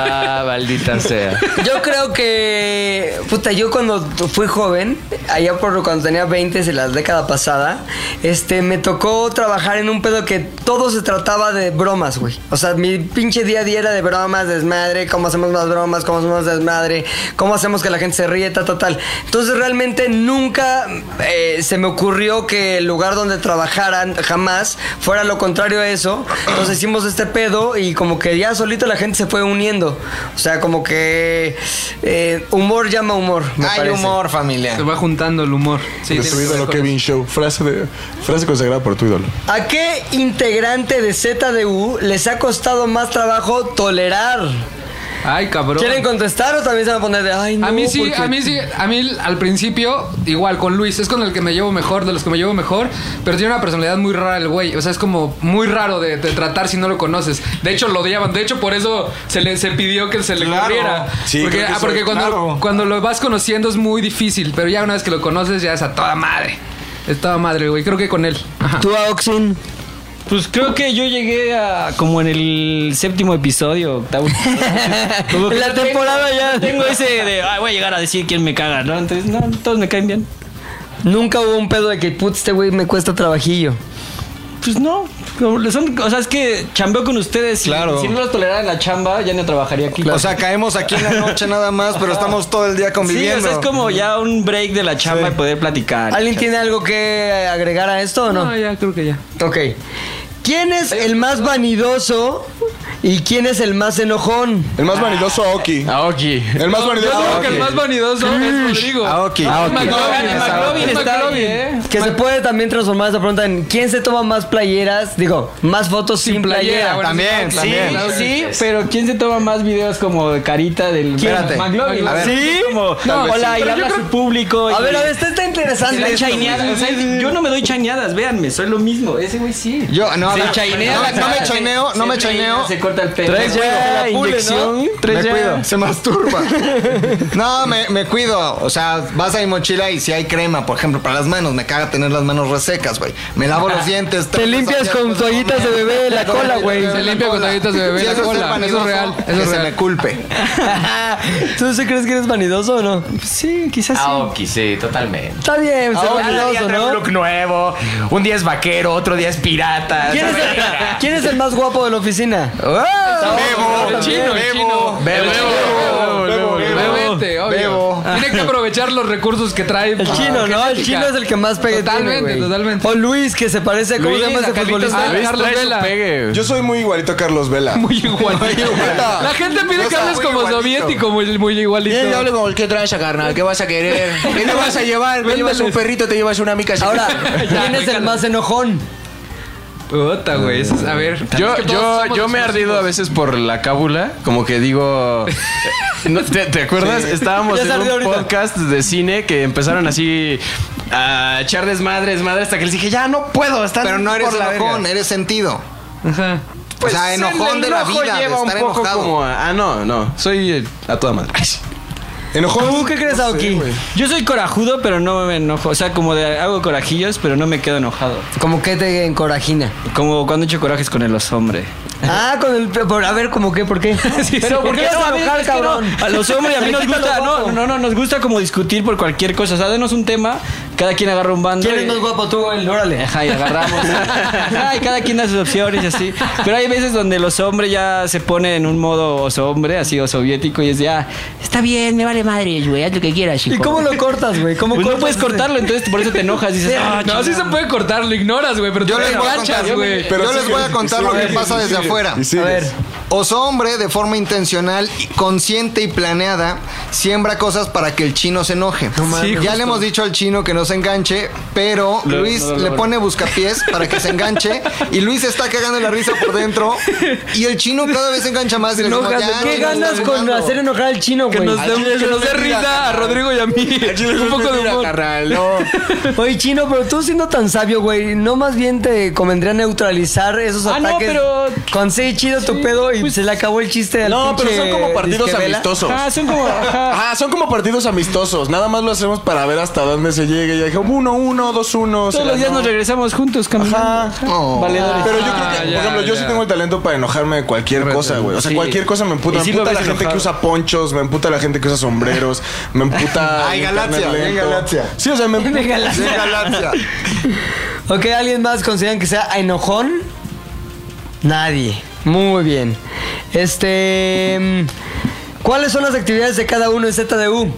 S11: Ah, maldita sea.
S4: Yo creo que. Puta, yo cuando fui joven, allá por cuando tenía 20 en la década pasada, este, me tocó trabajar en un pedo que todo se trataba de bromas, güey. O sea, mi pinche día a día era de bromas, desmadre, cómo hacemos más bromas, cómo hacemos más desmadre, cómo hacemos que la gente se ríe, tal, tal, tal. Entonces realmente nunca eh, se me ocurrió que el lugar donde trabajaran jamás fuera lo contrario a eso. Entonces hicimos este pedo y como que ya solito la gente se fue uniendo. O sea, como que eh, humor llama humor. me parece.
S2: familia.
S3: Se va juntando el humor. Sí,
S9: de
S3: tiene
S9: su
S3: que ver
S9: ídolo
S3: con
S9: Kevin Show. Frase, de, frase consagrada por tu ídolo.
S4: ¿A qué integrante de ZDU les ha costado más trabajo tolerar?
S3: Ay, cabrón.
S4: ¿Quieren contestar o también se van a poner de ay, no?
S3: A mí sí,
S4: porque-
S3: a mí sí, a mí al principio, igual con Luis, es con el que me llevo mejor, de los que me llevo mejor, pero tiene una personalidad muy rara el güey, o sea, es como muy raro de, de tratar si no lo conoces. De hecho, lo odiaban, de hecho, por eso se le se pidió que se le
S9: Claro.
S3: corriera.
S9: Sí,
S3: porque
S9: creo que
S3: ah, porque
S9: soy-
S3: cuando,
S9: claro.
S3: cuando lo vas conociendo es muy difícil, pero ya una vez que lo conoces ya es a toda madre. Es toda madre, güey, creo que con él. Ajá.
S4: ¿Tú, Auxin?
S8: Pues creo que yo llegué a como en el séptimo episodio, octavo. Como que
S4: La
S8: no tengo-
S4: temporada ya.
S8: no Tengo ese de, "Ay, voy a llegar a decir quién me caga, ¿no? Entonces, no, todos me caen bien.
S4: Nunca hubo un pedo de que, putz, este güey me cuesta trabajillo.
S8: Pues no, como son, o sea, es que chambeo con ustedes. y
S7: Claro.
S8: Si no los tolerara en la chamba, ya no trabajaría aquí.
S2: O sea, caemos aquí en la noche nada más, pero estamos todo el día
S8: sí,
S2: conviviendo.
S8: o sea, es como ya un break de la chamba y poder platicar.
S4: ¿Alguien tiene algo que agregar a esto o no?
S3: No, ah, ya creo que ya.
S4: Ok. ¿Quién es el más vanidoso y quién es el más enojón?
S9: El más vanidoso Aoki.
S11: Aoki.
S9: El
S3: Ah,
S9: más vanidoso
S3: Yo creo
S9: Aoki.
S3: que el más vanidoso es Rodrigo.
S2: Aoki.
S3: Ah,
S2: Aoki.
S3: McLovin,
S8: Ah, McLovin
S3: es
S8: está
S3: McLovin.
S8: bien,
S4: Que se puede también transformar esa pregunta en ¿quién se toma más playeras? Digo, más fotos sin, playera.
S3: playera, bueno,
S2: También,
S3: sí,
S2: también.
S3: claro que
S8: Sí, pero ¿quién se toma más videos como de carita del
S2: ¿Quién? Espérate.
S8: McLovin?
S2: A ver.
S8: Sí, como
S3: No,
S8: hola
S3: sí,
S8: y
S3: pero
S8: habla
S3: yo
S8: a su
S3: creo-
S8: público.
S4: A
S8: y-
S4: ver, a ver, esto está
S8: Se
S4: interesante.
S8: dan
S4: esto.
S8: chaineadas, o sea, yo no me doy chaineadas, véanme, soy lo mismo. Ese güey sí.
S2: Yo, no, a
S8: Se
S2: ver,
S8: chainea
S2: no,
S8: la
S2: no me
S8: cara,
S2: chaineo, no
S8: se
S2: me
S8: peina,
S2: chaineo.
S8: Se corta el pelo.
S2: Me cuido. Me cuido. me cuido. Se masturba. No, me, me cuido. O sea, vas a mi mochila y si hay crema, por ejemplo, para las manos, me caga tener las manos resecas, güey. Me lavo
S3: Ah.
S2: los dientes. pues,
S4: Te limpias con toallitas de bebé la cola, güey.
S3: Se limpia con toallitas de bebé
S2: Sí,
S3: la
S2: eso es ser
S3: cola. Eso
S2: vanidoso,
S3: es real. Eso
S2: que
S3: es
S2: se
S3: real.
S2: me culpe.
S4: ¿Tú sí crees que eres vanidoso o no?
S8: Sí, quizás sí.
S11: Aoki, Ah, sí, totalmente.
S4: Está bien, ser
S11: Cada día trae
S4: vanidoso,
S11: un
S4: Ah, ¿no?
S11: look nuevo. Un día es vaquero, otro día es pirata.
S4: ¿Quién es, el, quién es el más guapo de la oficina? Oh,
S11: Uy,
S3: El chino, el chino.
S10: Bebo.
S3: El
S10: Bebo,
S3: chino.
S10: bebo.
S3: Obviamente, obvio.
S10: Bebo.
S3: Tiene que aprovechar los recursos que trae.
S4: El chino, ¿no? El chino es el que más pegue
S3: Totalmente,
S4: tiene, güey.
S3: totalmente.
S4: O Luis, que se parece a cómo
S3: Luis,
S4: se llama
S3: a
S4: ese
S3: Carlitos
S4: futbolista.
S3: Vela. Carlos Vela.
S9: Yo soy muy igualito a Carlos Vela.
S3: Muy igualito. La gente pide
S9: No,
S3: que hables
S9: muy
S3: como
S9: igualito.
S3: soviético, muy, muy igualito.
S12: Bien, yo hablo como el que tranza, carnal. ¿Qué vas a querer? ¿Qué te vas a llevar? ¿Te llevas un perrito? ¿Te llevas una mica?
S4: Ahora, ¿quién es el más enojón?
S3: Puta, güey. eso es- A ver.
S6: Yo,
S3: es que todos
S6: yo,
S3: somos
S6: yo me he ardido a veces por la cábula, como que digo... ¿No? ¿Te, te acuerdas?
S9: Sí.
S6: Estábamos
S9: Ya se
S6: en un
S9: ardió ahorita.
S6: podcast de cine que empezaron así a echar desmadre, desmadre, hasta que les dije, ya no puedo, están
S2: Pero no eres
S6: por la
S2: enojón,
S6: verga". Pues
S2: eres sentido.
S3: Ajá.
S2: o sea,
S6: el
S2: enojón de la
S6: enojo
S2: vida, de
S6: lleva un
S2: estar
S6: poco
S2: enojado.
S6: como a- ah, no, no, soy eh, a toda madre.
S9: ¿Enojón?
S8: ¿Tú qué crees, Aoki? Yo soy corajudo, pero no me enojo. O sea, como de hago corajillos, pero no me quedo enojado.
S4: ¿Cómo que te encorajina?
S8: Como cuando he hecho corajes con el los hombres.
S4: Ah, con el. por- a ver, ¿cómo qué? ¿Por qué? Pero ¿por qué
S8: no,
S4: vas a
S8: a mí-
S4: enojar,
S8: es que
S4: cabrón?
S8: no, a los hombres a mí nos
S4: Quítalo,
S8: gusta, no,
S4: guapo.
S8: no, no, nos gusta como discutir por cualquier cosa. O sea, denos un tema, cada quien agarra un bando.
S4: ¿Quién es
S8: y-
S4: más guapo tú, el Órale.
S8: Ajá, y agarramos. Ajá, y cada quien da sus opciones y así. Pero hay veces donde los hombres ya se ponen en un modo oso hombre, así o soviético, y es ya, está bien, me vale madre, güey, haz lo que quieras, chico.
S4: ¿Y cómo lo cortas, güey? ¿Cómo
S8: Pues no
S4: cortas
S8: puedes
S4: ese?
S8: cortarlo, entonces por eso te enojas. Dices, ah,
S3: No, sí se puede cortar, lo ignoras, güey, pero tú
S2: Yo
S3: lo
S2: les voy a
S3: enganchas,
S2: contar,
S3: güey.
S2: pero yo les voy a contar lo que pasa desde afuera.
S9: sigues. A ver.
S2: Oso hombre, de forma intencional, consciente y planeada, siembra cosas para que el chino se enoje.
S9: mames.
S2: ya le hemos dicho al chino que no se enganche, pero
S9: Lo-
S2: Luis
S9: no lo
S2: le
S9: logra.
S2: pone buscapiés para que se enganche y Luis está cagando la risa por dentro y el chino cada vez se engancha más. Y le decimos,
S4: Enojas,
S2: "Ya,
S4: ¿Qué
S2: chino,
S4: ganas
S2: estás
S4: con
S2: jugando".
S4: hacer enojar al chino, güey?
S3: Que nos
S4: Al
S3: dé,
S4: chino
S3: que nos dé
S4: es
S3: risa
S4: mentira,
S3: a
S4: carnal.
S3: Rodrigo y a mí. Un poco de humor.
S4: Oye, chino, pero tú siendo tan sabio, güey, ¿no más bien te convendría neutralizar esos
S8: Ah, no,
S4: ataques?
S8: pero- pues
S4: Con sí, chido tu pedo y se le acabó el chiste al
S9: No, pero son
S4: pinche
S9: como partidos
S4: disquevela.
S9: amistosos.
S8: Ah, son como. ajá.
S9: Ah, son como partidos amistosos. Nada más lo hacemos para ver hasta dónde se llega. Ya dije 1-1, 2-1. se
S8: Todos los días
S9: ganó.
S8: nos regresamos juntos caminando.
S2: Oh.
S8: Valedores.
S9: Pero yo creo que, por ejemplo, yo sí tengo el talento para enojarme de cualquier cosa, güey. O sea,
S8: Sí.
S9: cualquier cosa me emputa.
S8: Y sí
S9: me
S8: lo
S9: emputa la
S8: ves
S9: gente que
S8: enojado.
S9: usa ponchos, me emputa la gente que usa sombreros, me emputa.
S2: Ay,
S9: el internet
S2: Galaxia,
S9: lento.
S2: ay, Galaxia.
S9: Sí, o sea, me emputa.
S4: De Galaxia.
S9: Sí, Galaxia.
S4: Ok, ¿alguien más consideran que sea enojón? Nadie. Muy bien. Este. mm, ¿Cuáles son las actividades de cada uno en ZDU?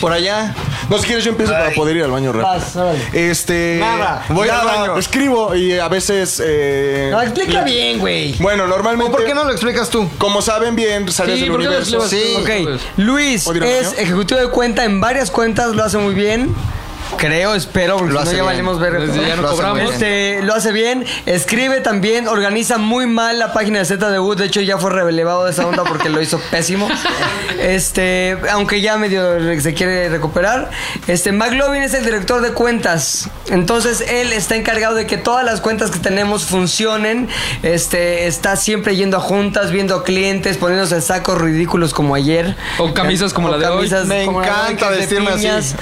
S2: Por allá.
S9: No, si quieres, yo empiezo para poder ir al baño rápido.
S4: Vas, órale.
S9: Este.
S2: Nada,
S9: Voy
S2: nada.
S9: al baño. Escribo y a veces. eh,
S4: No, Ah, explica bien, güey.
S9: Bueno, normalmente.
S2: ¿Por qué no lo explicas tú?
S9: Como saben bien, sales
S3: Sí,
S9: del
S3: ¿por qué no
S9: universo.
S3: explicas tú?
S2: Sí.
S4: Ok, Luis
S9: ¿O dirá
S4: es
S9: baño?
S4: ejecutivo de cuenta en varias cuentas, lo hace muy bien. Creo, espero, porque
S2: Lo
S4: si no
S2: hace
S4: ya
S2: bien.
S4: valemos ver.
S3: Desde ya no
S2: Lo hace muy
S3: cobramos.
S2: bien.
S4: Este, lo hace bien, escribe también, organiza muy mal la página de ZDU, de hecho ya fue relevado de esa onda porque lo hizo pésimo. Este, aunque ya medio se quiere recuperar. Este, McLovin es el director de cuentas. Entonces, él está encargado de que todas las cuentas que tenemos funcionen. Este, está siempre yendo a juntas, viendo a clientes, poniéndose en sacos ridículos como ayer.
S3: O camisas como la de hoy.
S2: Me
S4: como la de hoy,
S2: encanta
S4: que es de
S2: vestirme así.
S4: piñas.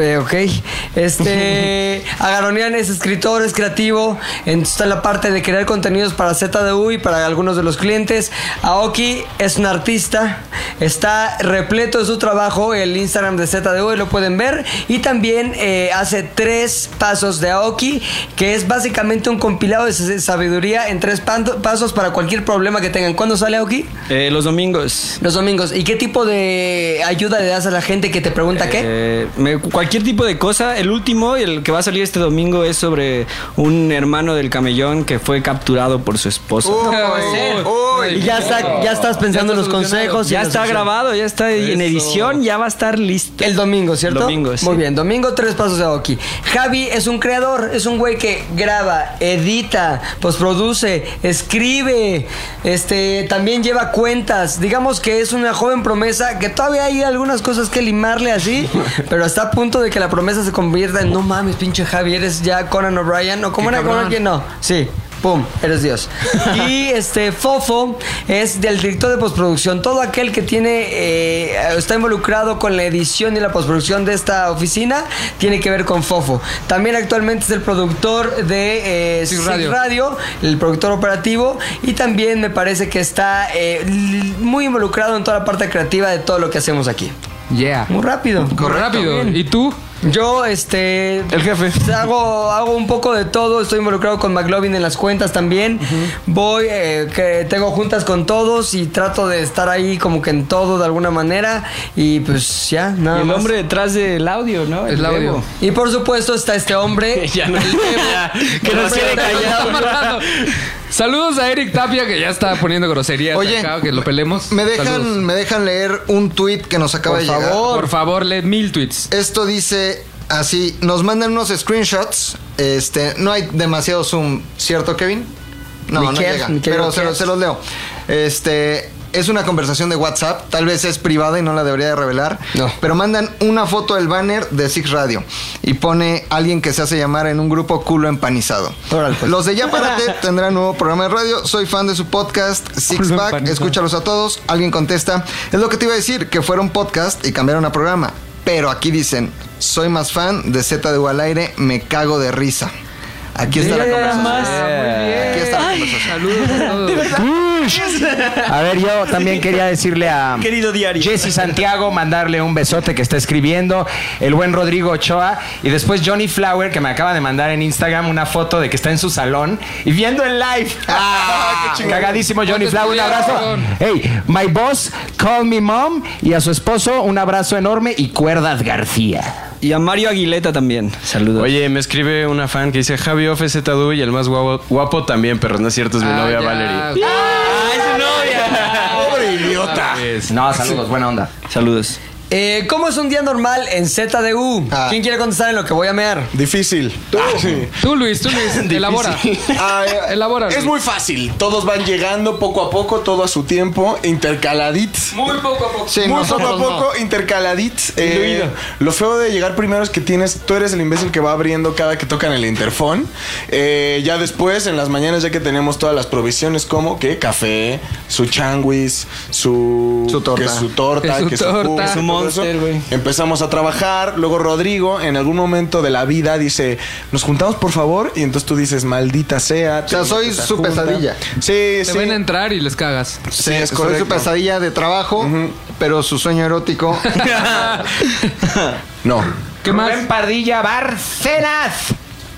S4: Eh, ok. Este. Agaronian es escritor, es creativo. Entonces está en la parte de crear contenidos para ZDU y para algunos de los clientes. Aoki es un artista. Está repleto de su trabajo. El Instagram de ZDU y lo pueden ver. Y también eh, hace tres pasos de Aoki, que es básicamente un compilado de s- sabiduría en tres pando- pasos para cualquier problema que tengan. ¿Cuándo sale Aoki?
S8: Eh, los domingos.
S4: Los domingos. ¿Y qué tipo de ayuda le das a la gente que te pregunta qué?
S8: Eh, me- cualquier tipo de cosa. El último, el que va a salir este domingo, es sobre un hermano del camellón que fue capturado por su esposa. Eh,
S4: Y ya, está, ya estás pensando en Oh, los consejos. y
S8: ya
S4: las
S8: está
S4: opciones.
S8: grabado, ya está en edición, ya va a estar listo.
S4: El domingo, ¿cierto?
S8: Domingo, sí.
S4: Muy bien, domingo tres pasos de Aoki. Javi es un creador, es un güey que graba, edita, postproduce, escribe, este, también lleva cuentas. Digamos que es una joven promesa que todavía hay algunas cosas que limarle así, pero está a punto de que la promesa se convierta en no mames, pinche Javi, eres ya Conan O'Brien o como
S3: Qué
S4: era
S3: cabrón.
S4: Conan, ¿quién no? Sí. ¡Pum! Eres Dios. Y este Fofo es del director de postproducción. Todo aquel que tiene eh, está involucrado con la edición y la postproducción de esta oficina tiene que ver con Fofo. También actualmente es el productor de eh,
S3: Sí,
S4: Sig
S3: Radio.
S4: Radio, el productor operativo. Y también me parece que está eh, l- muy involucrado en toda la parte creativa de todo lo que hacemos aquí.
S3: Yeah.
S4: Muy rápido.
S3: Rápido. ¿Y tú?
S4: Yo, este. El
S6: jefe.
S4: Hago, hago un poco de todo. Estoy involucrado con McLovin en las cuentas también. Voy, eh, que tengo juntas con todos y trato de estar ahí como que en todo de alguna manera. Y pues ya, nada
S8: Y el
S4: más.
S8: hombre detrás del audio, ¿no?
S4: El
S8: Bebo.
S4: Bebo. Y por supuesto está este hombre.
S8: Ya no-
S4: el Bebo.
S8: Que nos tiene
S4: Pero-
S8: callado.
S3: Saludos a Eric Tapia que ya está poniendo groserías
S2: Oye,
S3: acá, que lo pelemos.
S2: Me dejan,
S3: Saludos.
S2: me dejan leer un tweet que nos acaba
S3: Por
S2: de llegar.
S3: favor. Por favor, lee mil tweets.
S2: Esto dice así: nos mandan unos screenshots. Este, no hay demasiado zoom, ¿cierto, Kevin? No,
S4: Ni
S2: no
S4: quiero,
S2: llega.
S4: ni quiero,
S2: Pero
S4: ni
S2: se, lo-
S4: quiero.
S2: se los leo. Este. Es una conversación de WhatsApp, tal vez es privada y no la debería de revelar, pero mandan una foto del banner de Six Radio y pone alguien que se hace llamar en un grupo culo empanizado.
S13: pues.
S2: Los de Ya Párate tendrán nuevo programa de radio, soy fan de su podcast Six
S13: Culo
S2: Pack,
S13: empanizado.
S2: escúchalos a todos, alguien contesta, es lo que te iba a decir, que fuera un podcast y cambiaron a programa, pero aquí dicen, soy más fan de Z de U al aire, me cago de risa. Aquí está la conversación. Aquí está la conversación.
S7: A ver, yo también quería decirle a
S8: Querido diario.
S7: Jesse Santiago, mandarle un besote que está escribiendo, el buen Rodrigo Ochoa y después Johnny Flower que me acaba de mandar en Instagram una foto de que está en su salón y viendo en live. Cagadísimo Johnny Flower, un abrazo. Hey, my boss, call me mom y a su esposo un abrazo enorme y cuerdas García.
S8: Y a Mario Aguileta también. Saludos.
S6: Oye, me escribe una fan que dice Javi Ofe ZDU y el más guapo, guapo también, pero no es cierto,
S3: Ah,
S2: Ah,
S6: es mi novia Valerie.
S9: Ah, Pobre idiota.
S7: No, saludos, buena onda.
S8: Saludos.
S4: Eh, ¿Cómo es un día normal en ZDU?
S3: Ah.
S4: ¿Quién quiere contestar en lo que voy a mear?
S9: Difícil. Ah, Tú.
S3: Tú, Luis, tú, Luis, elabora. elabora.
S9: Es
S3: Luis.
S9: muy fácil. Todos van llegando poco a poco, todo a su tiempo, intercaladits.
S3: Muy poco a poco.
S9: Muy poco a poco, intercaladits. Eh, lo feo de llegar primero es que tienes, tú eres el imbécil que va abriendo cada que tocan el interfón. Eh, ya después, en las mañanas, ya que tenemos todas las provisiones, como que café, su changuis, su,
S2: Su torta.
S9: que su torta,
S2: Que su
S9: que su,
S2: torta.
S9: jugo,
S2: Que su
S9: todo
S2: Monster,
S9: eso. Empezamos a trabajar. Luego Rodrigo, en algún momento de la vida, dice: Nos juntamos, por favor. Y entonces tú dices: Maldita sea.
S2: O sea, soy su pesadilla.
S9: Sí,
S3: Te
S9: sí.
S3: ven a entrar y les cagas.
S9: Sí, es correcto.
S2: Soy su pesadilla de trabajo, pero su sueño erótico.
S9: no.
S3: ¿Qué
S7: Rubén Pardilla Barcenas.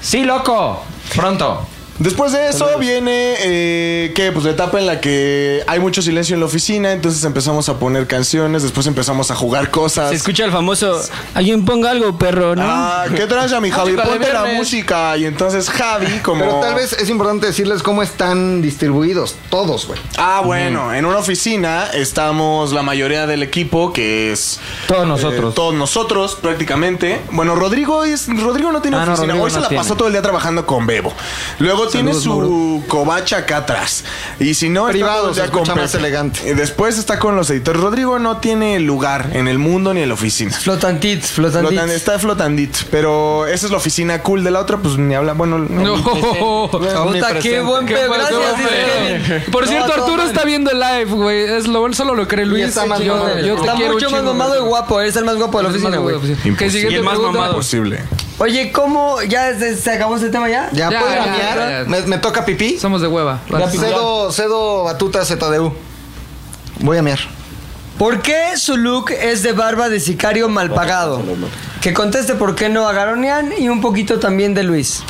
S7: Sí, loco. Pronto.
S9: Después de eso viene, eh, ¿qué? Pues la etapa en la que hay mucho silencio en la oficina, entonces empezamos a poner canciones, después empezamos a jugar cosas.
S8: Se escucha el famoso. Alguien ponga algo, perro, ¿no?
S9: Ah, ¿qué tranza, mi Javi? Ponte la música. Y entonces Javi, como...
S2: Pero tal vez es importante decirles cómo están distribuidos todos, güey.
S9: Ah, bueno, en una oficina estamos la mayoría del equipo, que es... eh,
S7: Todos nosotros.
S9: todos nosotros, prácticamente. Bueno, Rodrigo es Rodrigo no tiene
S7: Ah, no,
S9: oficina.
S7: Rodrigo
S9: Hoy se
S7: no
S9: la
S7: tiene.
S9: pasó todo el día trabajando con Bebo. Luego tiene
S2: Saludos,
S9: su covacha acá atrás. Y si no, está
S2: Privado,
S9: todo el
S2: se
S9: día con
S2: escucha más
S9: Pepe.
S2: elegante.
S9: Y después está con los editores. Rodrigo no tiene lugar en el mundo ni en la oficina.
S4: Flotantits, flotantits.
S9: Flotan- está flotandit, pero esa es la oficina cool de la otra, pues ni habla. Bueno,
S3: No.
S4: Puta, qué buen pedo. Gracias, dice Kevin.
S3: Por
S4: No,
S3: cierto,
S4: todo
S3: Arturo
S4: mal.
S3: está viendo el live, güey. Es lo solo lo cree Luis.
S2: está más
S3: yo,
S2: mamado.
S3: yo te
S4: Está
S3: quiero
S4: mucho
S3: un
S4: más
S3: chingo,
S4: mamado y
S3: güey.
S4: guapo. Es el más guapo de la
S3: Es el
S4: oficina,
S3: más
S4: güey.
S3: guapo de la oficina. Que siguiente pregunta.
S9: Posible.
S4: Oye, ¿cómo? ¿Ya se, se acabó este tema ya?
S2: Ya,
S3: Ya,
S2: ¿puedo
S3: ya,
S2: cambiar?
S3: ya, ya.
S2: ¿Me, me toca pipí?
S3: Somos de hueva. Vas.
S2: Cedo, cedo batuta ZDU. Voy a mear.
S4: ¿Por qué su look es de barba de sicario mal pagado? Que conteste por qué no a Garonian y un poquito también de Luis.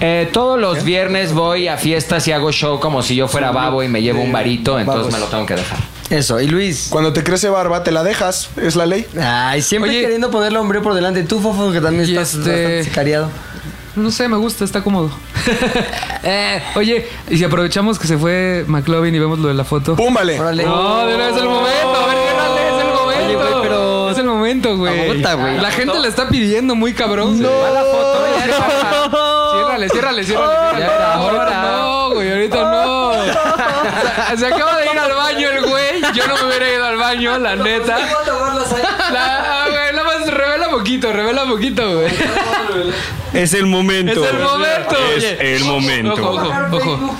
S11: Eh, todos los viernes voy a fiestas y hago show como si yo fuera babo y me llevo un varito, entonces
S4: Babos.
S11: me lo tengo que dejar.
S4: Eso, y Luis.
S9: Cuando te crece barba, te la dejas, es la ley.
S4: Ay, siempre
S3: Oye.
S4: queriendo ponerle hombre por delante. Tú, Fofo, que también
S3: Y
S4: estás
S3: este-
S4: bastante sicariado.
S3: No sé, me gusta, está cómodo. Eh, oye, y si aprovechamos que se fue McLovin y vemos lo de la foto.
S9: ¡Púmbale!
S4: Órale.
S3: No, de una vez el momento, a ver, gánale, es el momento. Es el momento,
S4: Aguanta, güey.
S3: güey. La gente le está pidiendo muy cabrón. No.
S11: Va la foto, ya está.
S3: Ciérrale, ciérrale, ciérrale. ciérrale. Ahorita Oh, no, güey, ahorita no. O sea, se acaba de ir al baño el güey. Yo no me hubiera ido al baño, la neta. La, ah, güey, nada más revela poquito, revela poquito, güey.
S5: Es el momento.
S3: Es el momento. Oye.
S5: el
S3: Ojo, ojo, ojo.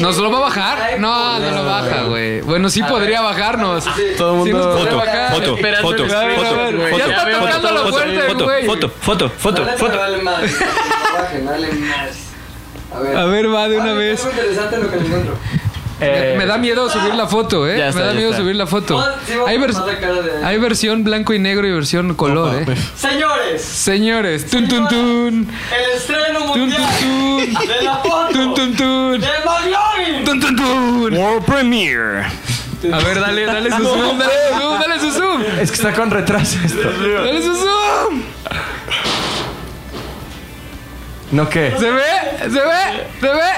S3: ¿Nos lo va a bajar? No, no lo baja, güey. Bueno, sí podría bajarnos. Todo
S5: Foto,
S3: nos podría
S5: foto,
S3: bajar.
S5: foto,
S3: Espera,
S5: foto,
S3: espera,
S5: foto,
S3: a ver, a ver.
S5: foto,
S3: Ya está
S5: foto,
S3: tocando lo
S5: foto,
S3: fuerte,
S5: foto,
S3: güey.
S5: foto, foto, foto, foto.
S4: A
S3: A ver, va de una vez.
S4: interesante lo que encuentro.
S3: Me- me da miedo subir la foto, ¿eh?
S4: Ya está,
S3: me da
S4: ya
S3: miedo
S4: está.
S3: subir la foto.
S4: Ah, sí, vamos
S3: hay,
S4: a
S3: vers-
S4: tomar la cara de-
S3: hay versión blanco y negro y versión color, ¿eh?
S4: Señores,
S3: Señores, tun tun tun.
S4: el estreno
S3: Tun
S4: mundial
S3: tun tun.
S4: de la foto
S3: Tun tun tun.
S4: de McLovin.
S3: Tun tun tun. World Premiere. A ver, dale, dale su zoom, dale su zoom, dale su zoom.
S6: Es que está con retraso esto.
S3: Dale su zoom.
S6: ¿No qué?
S3: ¿Se ve? ¿Se ve? ¿Se ve?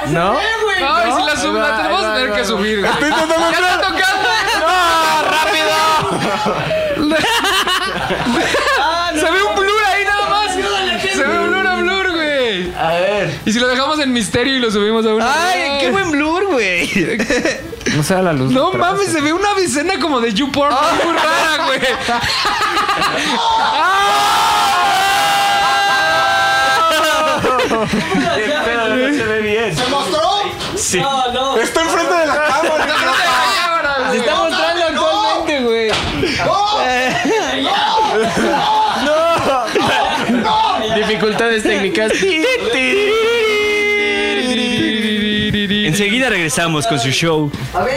S6: ¿No?
S3: ¿Se ve, güey? Ay,
S6: ¿No?
S3: si la subo,
S6: Ahí va,
S3: la tenemos
S6: ahí
S3: que
S6: va,
S3: tener
S6: ahí
S3: que
S6: va.
S3: subir, güey.
S6: Estoy intentando
S3: ¡Ya está tocando! ¡No! ¡Rápido!
S6: Ah,
S3: Se ve un blur ahí nada más. Se ve un blur a blur, güey. A ver. ¿Y si lo dejamos en misterio y lo subimos a una?
S8: ¡Ay, qué buen blur, güey!
S3: No se da la luz. No mames, se ve una escena como de YouPorn muy rara, güey.
S6: se ve bien.
S9: ¿Se mostró?
S6: Sí.
S4: No, no.
S9: Está enfrente de la cámara.
S8: Se está mostrando actualmente, güey.
S6: Dificultades técnicas.
S8: Enseguida regresamos con su show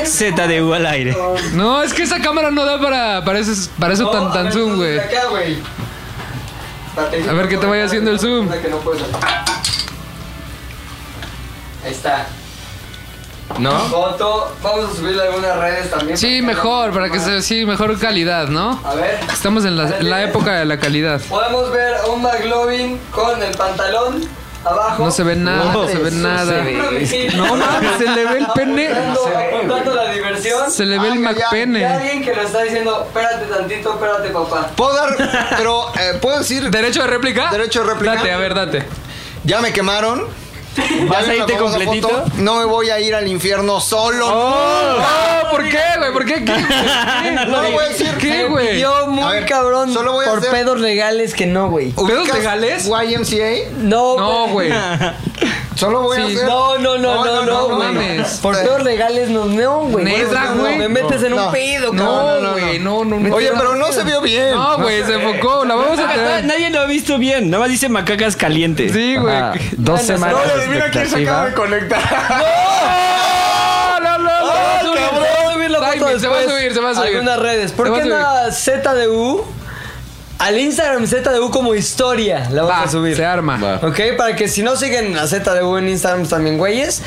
S8: ZDU al aire.
S3: No, es que esa cámara no da para, para, eso, para eso tan tan zoom, güey.
S4: Acá, güey.
S3: A ver qué te vaya haciendo el zoom.
S4: Que no puedo. Ahí está.
S11: ¿No?
S4: Foto. Vamos a subirla a algunas redes también.
S3: Sí, mejor, para que se sí, mejor calidad, ¿no?
S4: A ver.
S3: Estamos en la, la época de la calidad.
S4: Podemos ver a un McLovin con el pantalón abajo.
S3: No se ve nada, no se ve nada. No mames, se le ve el pene.
S4: Apuntando- apuntando la diversión.
S3: Se le ve el
S4: Ah, ya,
S3: McPene.
S4: ya alguien que lo está diciendo, espérate tantito, espérate papá.
S2: Puedo dar, pero eh, puedo decir.
S3: ¿Derecho de réplica?
S2: Derecho de réplica.
S3: Date, a ver, date.
S2: Ya me quemaron.
S3: ¿Vas
S2: Ya
S3: a
S2: vi
S3: irte
S2: la famosa
S3: completito?
S2: foto. No me voy a ir al infierno solo.
S3: No, Ah, ¿por qué, güey? ¿Por qué? ¿Qué? ¿Qué?
S2: No lo voy a decir.
S3: ¿Qué, güey?
S4: Yo muy
S2: A ver,
S4: cabrón
S2: solo voy a
S4: por
S2: hacer-
S4: pedos legales que no, güey.
S2: ¿Ubicas
S3: legales?
S2: YMCA.
S4: No,
S3: No, güey.
S2: Solo voy a
S3: Sí.
S2: hacer.
S4: No, no, no, no, no, güey.
S3: mames.
S4: Por pedos legales no, no, güey.
S3: Neta,
S4: No, no,
S3: güey.
S4: Me metes en un pedo, cabrón.
S3: No, güey, no, no, no.
S2: Oye, pero no se vio bien.
S3: No, güey, se enfocó. La vamos a
S8: Na-
S3: tener.
S8: Ah, Nadie lo ha visto bien, nada más dice macacas calientes.
S3: Sí, güey.
S11: Dos
S9: No,
S11: semanas.
S9: y
S11: de
S9: adivina quién se
S11: expectativa.
S9: acaba de conectar.
S3: ¡No, no, no!
S4: Ah,
S3: no,
S4: cabrón,
S3: no.
S4: voy a subir la foto
S3: Timing, se va a
S4: después
S3: subir, se va a subir.
S4: Algunas redes. ¿Por
S3: Se va
S4: qué
S3: a subir.
S4: nada ZDU? Al Instagram ZDU como historia la vamos
S3: Va,
S4: a subir.
S3: Ah, se arma.
S4: Ok, para que si no siguen a ZDU en Instagram pues, también, güeyes,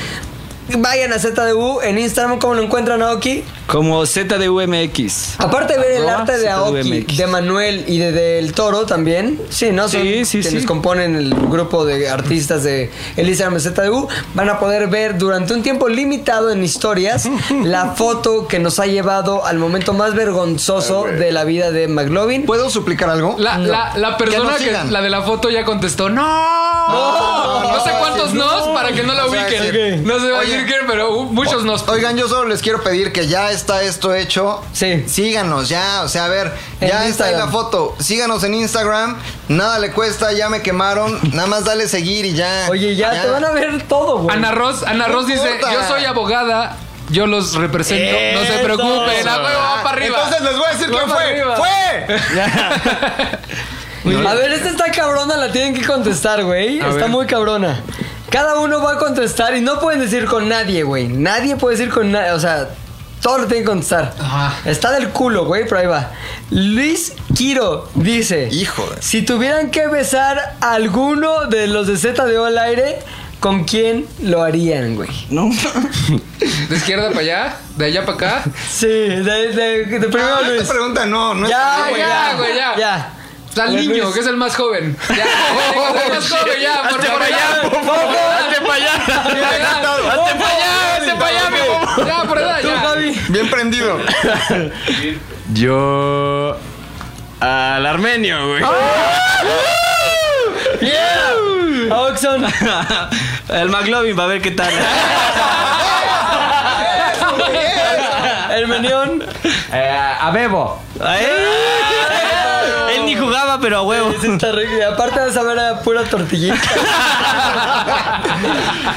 S4: vayan a ZDU en Instagram. ¿Cómo lo encuentran, Aoki?
S8: Como ZDUMX.
S4: Aparte de ver el
S8: Arroba
S4: arte de Aoki,
S8: ZDUMX.
S4: de Manuel y de Del Toro también. Sí, ¿no? Son
S8: Sí, sí,
S4: quienes
S8: sí.
S4: componen el grupo de artistas de el Instagram de ZDU. Van a poder ver durante un tiempo limitado en historias la foto que nos ha llevado al momento más vergonzoso de la vida de McLovin.
S8: Pues,
S2: ¿Puedo suplicar algo?
S3: La, la, la persona
S2: nos
S3: que,
S2: sigan.
S3: la de la foto ya contestó ¡No! No, sé cuántos
S2: sí,
S3: nos
S2: no.
S3: para que no la
S2: O sea,
S3: ubiquen.
S2: sí.
S3: No se va a
S2: Oye.
S3: decir que, pero uh, muchos nos.
S2: Oigan, yo solo les quiero pedir que ya está esto hecho.
S4: Sí.
S2: Síganos ya, o sea, a ver,
S4: En
S2: ya está ahí la
S4: Instagram.
S2: foto. Síganos en Instagram, nada le cuesta, ya me quemaron, nada más dale seguir y ya.
S4: Oye, ya, te van a ver todo, güey.
S3: Ana Ross, Ana
S2: No
S3: Ross dice,
S2: importa.
S3: yo soy abogada, yo los represento, no se
S9: Eso.
S3: preocupen, a huevo, va para arriba.
S9: Entonces les voy a decir
S3: Va
S9: quién
S3: para
S9: fue.
S3: arriba.
S9: ¡Fue!
S4: A ver, esta está cabrona, la tienen que contestar, güey. Está muy cabrona. Cada uno va a contestar y no pueden decir con nadie, güey. Nadie puede decir con nadie, o sea, todo lo tienen que contestar.
S3: Ah.
S4: Está del culo, güey, pero ahí va. Luis Quiro dice:
S2: Hijo de-
S4: Si tuvieran que besar a alguno de los de Z de al aire, ¿con quién lo harían, güey?
S8: No.
S3: De izquierda para allá, de allá para acá.
S4: Sí, de, de, de primero
S2: Ah,
S4: Luis.
S2: Esta pregunta no, no
S4: Ya,
S2: es
S3: güey,
S4: ya,
S3: ya, güey, ya.
S4: Ya.
S3: Al
S4: Luis.
S3: niño, que es el más joven. Ya, Oh, el más joven, ya, por favor, ya. Ya, ya.
S4: Oh,
S3: Hazte para allá, hazte para allá, mi amor. Ya, por edad, ya.
S2: bien prendido.
S6: Yo. Al armenio, güey.
S4: Oxon.
S8: El McLovin va a ver qué tal.
S4: El menión.
S11: Eh, a Bebo.
S8: ¡Eh! Él ni jugaba, pero a huevo.
S4: Sí, está rico. Y aparte vas a ver a pura tortillita.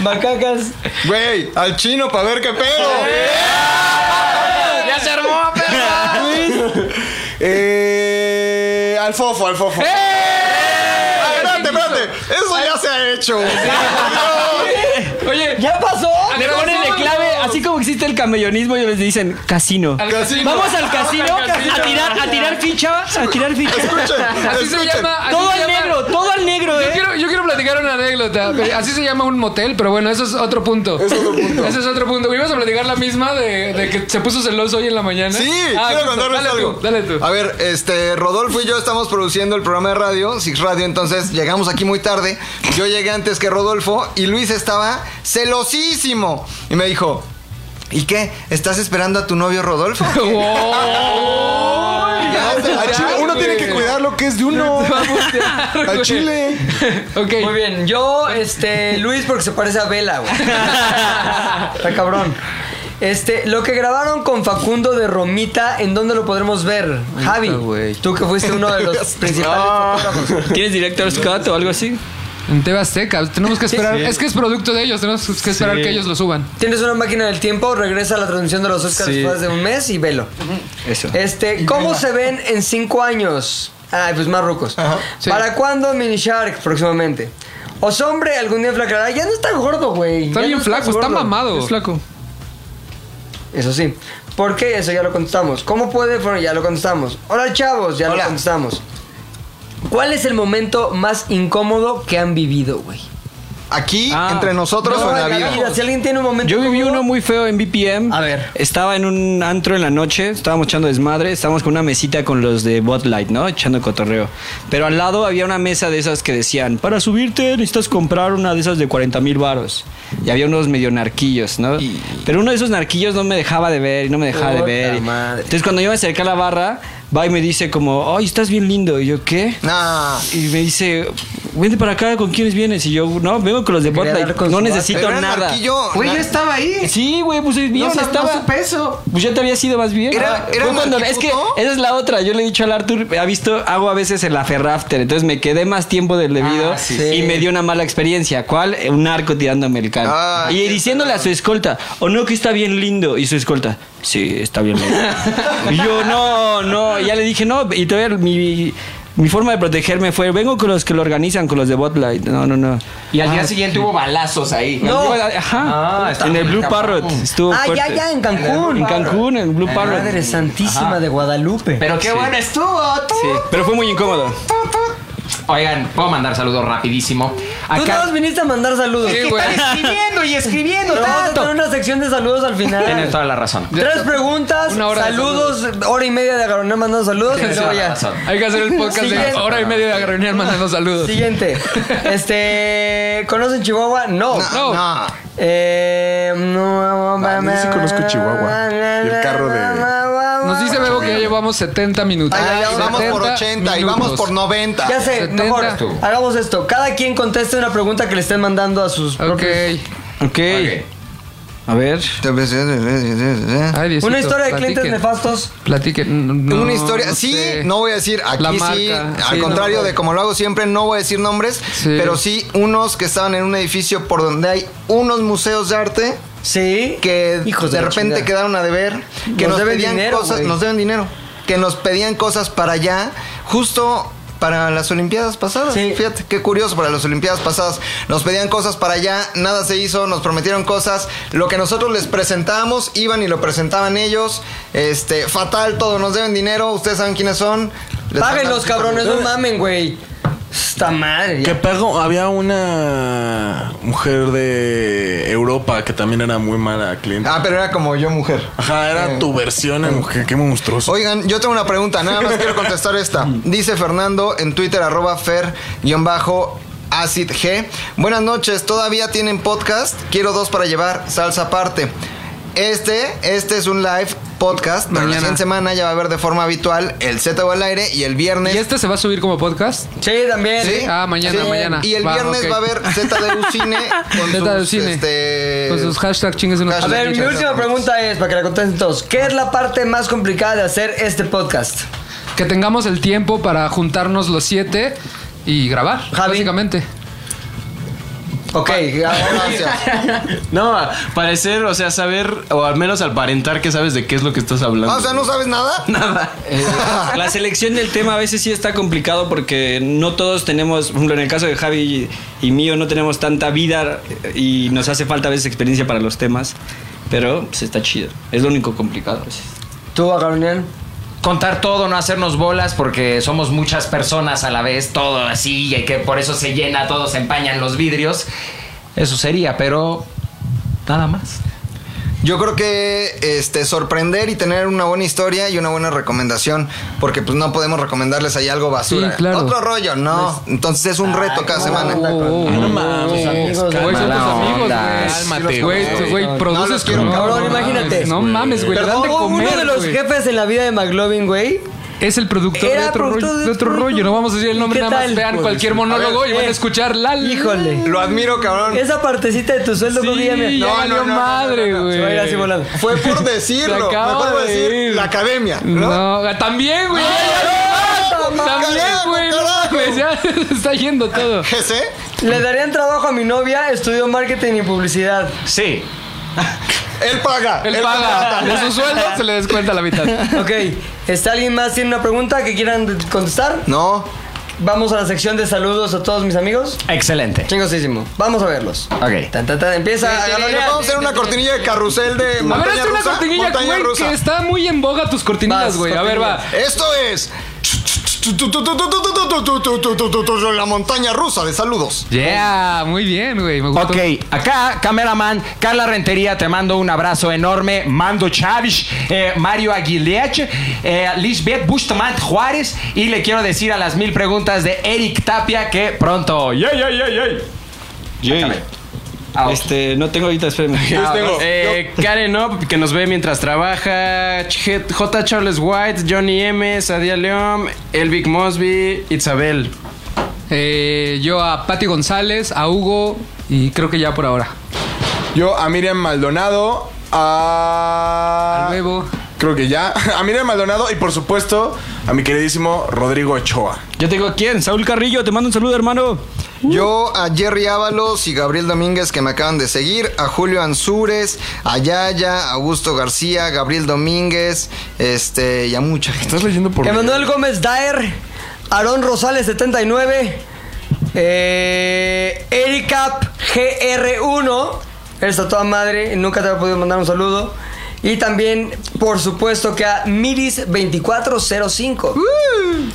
S4: Macacas.
S2: Güey, al chino para ver qué pedo.
S3: Ya se armó,
S9: Eh, al fofo, al fofo. Ah, espérate, espérate. Eso ya se ha hecho.
S3: Oye,
S4: ¿Ya pasó?
S8: le ponen de clave, así como existe el camellonismo, ellos les dicen casino.
S3: Al casino.
S8: Vamos al casino,
S3: Vamos al casino.
S8: a tirar, a tirar fichas, a tirar fichas.
S3: Así se llama. así
S8: todo
S3: se
S8: al
S3: llama-
S8: negro, todo al negro,
S3: Yo
S8: eh.
S3: quiero, yo quiero platicar una anécdota. Así se llama un motel, pero bueno, eso es otro punto.
S9: Es otro punto.
S3: Ese es otro punto. Ibas a platicar la misma de, de que se puso celoso hoy en la mañana.
S2: Sí,
S3: Ah,
S2: quiero
S3: justo.
S2: contarles
S3: Dale
S2: algo.
S3: tú, dale tú.
S2: A ver, este, Rodolfo y yo estamos produciendo el programa de radio, Six Radio, entonces llegamos aquí muy tarde. Yo llegué antes que Rodolfo y Luis estaba celosísimo. Y me dijo, ¿y qué? ¿Estás esperando a tu novio Rodolfo? Ya,
S9: Al chile, uno tiene que cuidar lo que es de uno. Al chile.
S4: Muy bien, yo, este, Luis, porque se parece a Vela, güey. Está cabrón. Este, lo que grabaron con Facundo de Romita, ¿en dónde lo podremos ver? Javi, tú que fuiste uno de los principales fotógrafos.
S8: ¿Tienes director Scott o algo así?
S3: En TV Azteca, tenemos que esperar.
S4: Sí.
S3: Es que es producto de ellos, tenemos que esperar
S4: Sí.
S3: que ellos lo suban.
S4: Tienes una máquina del tiempo, regresa a la transmisión de los Oscars
S3: Sí.
S4: después de un mes y velo.
S8: Eso.
S4: Este, ¿cómo se ven en cinco años? Ay, pues más rucos. ¿Para cuándo Mini Shark próximamente? O sea, hombre, algún día flacará. Ya no está gordo, güey.
S3: Está
S4: Ya
S3: bien
S4: no
S3: flaco, está
S4: gordo.
S3: mamado. Es flaco.
S4: Eso sí. ¿Por qué? Eso ya lo contestamos. ¿Cómo puede? Bueno, ya lo contestamos. Hola, chavos, ya lo contestamos. ¿Cuál es el momento más incómodo que han vivido, güey?
S2: ¿Aquí,
S3: Ah.
S4: entre nosotros o en la vida? Si alguien tiene un momento
S8: Yo viví uno muy feo en BPM. A ver. Estaba en un antro en la noche, estábamos echando desmadre, estábamos con una mesita con los de Bud Light, ¿no? Echando cotorreo. Pero al lado había una mesa de esas que decían, para subirte necesitas comprar una de esas de 40 mil varos. Y había unos medio narquillos, ¿no? Pero uno de esos narquillos no me dejaba de ver y no me dejaba de
S4: Puta
S8: ver.
S4: madre.
S8: Entonces cuando yo me acerqué a la barra, va y me dice como, ay, estás bien lindo. Y yo, ¿qué? Y me dice, vente para acá, ¿con quiénes vienes? Y yo, no, vengo con los de Bud
S4: quería
S8: Light,
S4: dar con
S8: no
S4: su
S8: necesito
S4: vato". Era
S8: nada.
S4: narquillo, Güey, yo
S7: estaba ahí.
S8: Sí, güey, pues bien,
S7: No, no,
S8: estaba.
S7: no supe eso.
S8: Pues ya te había sido más bien.
S7: Era-
S8: Ah,
S7: era
S8: fue cuando- es que
S7: narquiputo.
S8: esa es la otra. Yo le he dicho al Arthur, ha visto, hago a veces el aferrafter. Entonces me quedé más tiempo del debido
S7: Ah, sí,
S8: y
S7: sí.
S8: me dio una mala experiencia. ¿Cuál? Un narco tirándome el cable.
S7: Ah,
S8: y diciéndole a su escolta, o no, que está bien lindo. Y su escolta, sí, está bien lindo. y yo, no, no. Y ya le dije, no. Y todavía mi. Mi forma de protegerme fue, vengo con los que lo organizan, con los de Botlight. No, no, no.
S11: Y al
S8: Ah,
S11: día siguiente
S8: sí.
S11: hubo balazos ahí.
S8: No. Ah,
S11: Ajá.
S8: en el Blue Parrot. Estuvo
S4: Ah, ya,
S8: fuerte.
S4: ya, en Cancún.
S8: En Cancún, en Blue Parrot.
S4: Madre Santísima
S8: Ajá.
S4: de Guadalupe.
S11: Pero qué
S8: Sí.
S11: bueno estuvo. tú.
S8: Sí, pero fue muy incómodo.
S11: Oigan, puedo mandar saludos rapidísimo.
S4: Tú
S11: Acá
S4: todos viniste a mandar saludos.
S11: Sí, güey. escribiendo y escribiendo
S4: Pero vamos a tener una sección de saludos al
S11: tienen
S4: final.
S11: toda la razón.
S4: Tres preguntas,
S3: Una hora de
S4: saludos, hora y media de Agaroné mandando saludos. y
S11: Tienes
S4: luego
S11: toda la
S4: ya.
S11: razón.
S3: Hay que hacer el podcast de
S4: Siguiente.
S3: hora y media de reunión mandando saludos.
S4: Siguiente. Este. ¿Conocen Chihuahua? No.
S3: No.
S4: Eh, no,
S9: yo sí conozco Chihuahua. Y el carro de-
S3: Nos dice Bebo que ya llevamos 70 minutos.
S4: Ah, ya,
S2: Y vamos por 80 y vamos por 90.
S4: Ya sé,
S3: 70.
S4: mejor. Hagamos esto. Cada quien conteste una pregunta que le estén mandando a sus propios.
S8: Ok. A ver.
S4: Una historia de clientes nefastos.
S3: Platiquen.
S2: una historia, sí, no voy a decir aquí
S3: La
S2: sí,
S3: marca,
S2: al
S3: sí,
S2: contrario
S3: no.
S2: de como lo hago siempre, no voy a decir nombres, pero sí unos que estaban en un edificio por donde hay unos museos de arte.
S4: Sí.
S2: Que
S4: Hijos de
S2: de,
S4: la
S2: repente
S4: chingada.
S2: quedaron a deber, que nos,
S4: Nos deben
S2: pedían
S4: dinero,
S2: cosas,
S4: güey.
S2: nos deben dinero, que nos pedían cosas para allá, justo para las Olimpiadas pasadas. Fíjate, qué curioso, para las Olimpiadas pasadas nos pedían cosas para allá, nada se hizo, nos prometieron cosas, lo que nosotros les presentábamos, iban y lo presentaban ellos, este, fatal todo, nos deben dinero, ustedes saben quiénes son. Les
S4: Paguen
S2: mandamos-
S4: los cabrones, no mamen, güey. Está madre.
S9: Que
S4: ya.
S9: pago, había una mujer de Europa que también era muy mala cliente.
S2: Ah, pero era como yo mujer.
S9: Ajá, era tu versión en mujer, qué monstruoso.
S2: Oigan, yo tengo una pregunta, nada más quiero contestar esta.
S3: Mm.
S2: Dice Fernando en Twitter, arroba fer-bajo. Acid G. Buenas noches, todavía tienen podcast. Quiero dos para llevar, salsa aparte. Este, este es un live podcast. Pero la
S3: Mañana.
S2: siguiente semana ya va a haber de forma habitual el Z o al aire y el viernes.
S3: ¿Y este se va a subir como podcast?
S4: Sí, también.
S2: Sí.
S3: Ah, mañana,
S2: Sí.
S3: mañana.
S2: Y el viernes
S3: ok.
S2: va a haber ZDU Cine con
S3: Zeta de
S2: sus,
S3: Cine.
S2: este,
S3: Con sus hashtags chingues unos
S4: A ver, mi última pregunta es, para que la contesten todos, ¿qué es la parte más complicada de hacer este podcast?
S3: Que tengamos el tiempo para juntarnos los siete y grabar, básicamente.
S2: Ok, gracias.
S6: No, parecer, o sea, saber, o al menos aparentar que sabes de qué es lo que estás hablando.
S2: Ah, o sea, ¿no sabes nada?
S6: Nada.
S8: Eh, la selección del tema a veces sí está complicado porque no todos tenemos, por ejemplo, en el caso de Javi y mío, no tenemos tanta vida y nos hace falta a veces experiencia para los temas, pero pues, está chido. Es lo único complicado. a veces.
S4: ¿Tú, Agaronian?
S11: Contar todo, no hacernos bolas, porque somos muchas personas a la vez, todo así, y que por eso se llena, todos se empañan los vidrios. Eso sería, pero nada más.
S2: Yo creo que este sorprender y tener una buena historia y una buena recomendación, porque pues no podemos recomendarles ahí algo basura.
S3: Sí, claro. Pues,
S2: Otro rollo, no. Entonces es un reto cada semana.
S3: No mames, amigos. Güey, son tus amigos, güey. Cálmate, güey. Estos, Güey, produces
S4: quiero,
S3: con-
S4: cabrón,
S3: no mames,
S4: imagínate.
S3: No mames, güey. le dan de
S4: Perdón,
S3: comer,
S4: uno de los
S3: güey.
S4: jefes en la vida de McLovin, güey.
S3: Es el productor
S4: Era
S3: de otro,
S4: productor
S3: rollo,
S4: de
S3: de otro
S4: otro-
S3: rollo. No vamos a decir el nombre,
S4: ¿Qué
S3: nada más
S4: tal?
S3: vean
S4: Pues,
S3: cualquier
S4: a
S3: monólogo
S4: ver,
S3: y van
S4: eh.
S3: a escuchar la.
S4: Híjole.
S2: Lo admiro, cabrón.
S4: Esa partecita de tu sueldo,
S3: Sí,
S4: güey, ya me-
S3: ya valió madre, güey.
S4: Se va a ir así volando.
S2: Fue por
S3: Se
S2: decirlo.
S3: acaba
S2: Mejor voy a
S3: de
S2: decir
S3: ir.
S2: la academia, ¿no?
S3: No, también, güey.
S4: Ah,
S3: También, güey. no mames, Ya se está yendo todo.
S2: ¿Ese?
S4: Le darían trabajo a mi novia, estudió marketing y publicidad.
S11: Sí.
S2: Él paga.
S3: Él paga. De su sueldo se le descuenta la mitad.
S4: Ok, ¿está alguien más? ¿Tiene una pregunta que quieran contestar?
S2: No.
S4: Vamos a la sección de saludos a todos mis amigos.
S11: Excelente.
S4: Chingosísimo. Vamos a verlos.
S11: Ok.
S4: Tan, tan, tan, empieza.
S2: Agaronian, Vamos a hacer una cortinilla de carrusel de
S3: A ver,
S2: montaña
S3: hazte una
S2: rusa.
S3: cortinilla,
S2: montaña
S3: güey,
S2: rusa.
S3: que está muy en boga tus cortinillas,
S2: Vas,
S3: güey. A ver, va.
S2: Esto es. La montaña rusa de saludos.
S3: Yeah, Ah, muy bien, güey. Me gustó.
S11: Ok, acá, cameraman, Carla Rentería, te mando un abrazo enorme. Mando Chávez, eh, Mario Aguileche, eh, Lisbeth Bustamante Juárez. Y le quiero decir a las mil preguntas de Eric Tapia que pronto. ¡Yay, yay, yay, yay! Acabé. Ah, ok.
S8: Este, no tengo ahorita, espérenme.
S11: Ah,
S6: Eh, Karen Up, que nos ve mientras trabaja. Ch- J. Charles White, Johnny M., Sadia León, Elvic Mosby, Isabel.
S3: Eh, yo a Patti González, a Hugo y creo que ya por ahora.
S9: Yo a Miriam Maldonado, a...
S3: Nuevo.
S9: Creo que ya. A Miriam Maldonado y por supuesto a mi queridísimo Rodrigo Ochoa.
S8: Yo tengo a quién, Saúl Carrillo, te mando un saludo, hermano.
S2: Yo a Jerry Ábalos y Gabriel Domínguez que me acaban de seguir, a Julio Ansures, a Yaya, a Augusto García, Gabriel Domínguez, este, y a mucha gente.
S9: Estás leyendo por...
S4: Emanuel Gómez Daer, Aarón Rosales 79, eh, Ericap GR1, eres a toda madre, nunca te había podido mandar un saludo. Y también, por supuesto, que a Miris2405,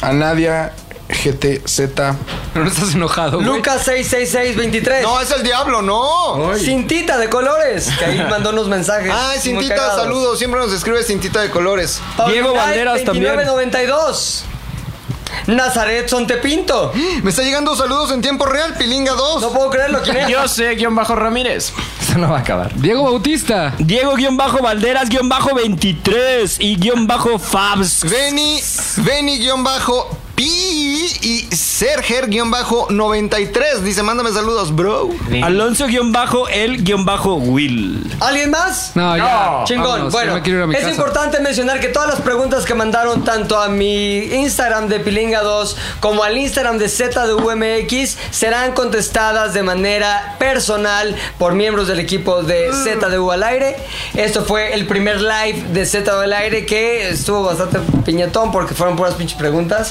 S9: A Nadia GTZ.
S3: Pero no estás enojado, güey.
S4: Lucas66623,
S2: No, es el diablo, no.
S4: Cintita de Colores, que ahí mandó unos mensajes.
S2: Ay, Cintita, saludos. Siempre nos escribe Cintita de colores.
S8: Diego Banderas también.
S4: 2992. Nazaret Sontepinto.
S2: Me está llegando saludos en tiempo real, Pilinga 2.
S4: No puedo creerlo, ¿quién es?
S6: Yo sé, guión bajo Ramírez.
S11: Esto no va a acabar.
S3: Diego Bautista.
S8: Diego-Valderas-23 y guión bajo Fabs.
S2: Benny, Benny guión bajo Pi y Serger guión bajo 93. Dice, mándame saludos, bro.
S8: Alonso-el-will.
S4: ¿Alguien más?
S3: No, ya.
S4: Chingón,
S3: Vámonos,
S4: bueno,
S3: ya me quiero ir a mi
S4: es
S3: casa.
S4: importante mencionar que todas las preguntas que mandaron tanto a mi Instagram de Pilinga2 como al Instagram de ZDUMX serán contestadas de manera personal por miembros del equipo de ZDU al aire. Esto fue el primer live de ZDU al aire que estuvo bastante piñetón porque fueron puras pinches preguntas.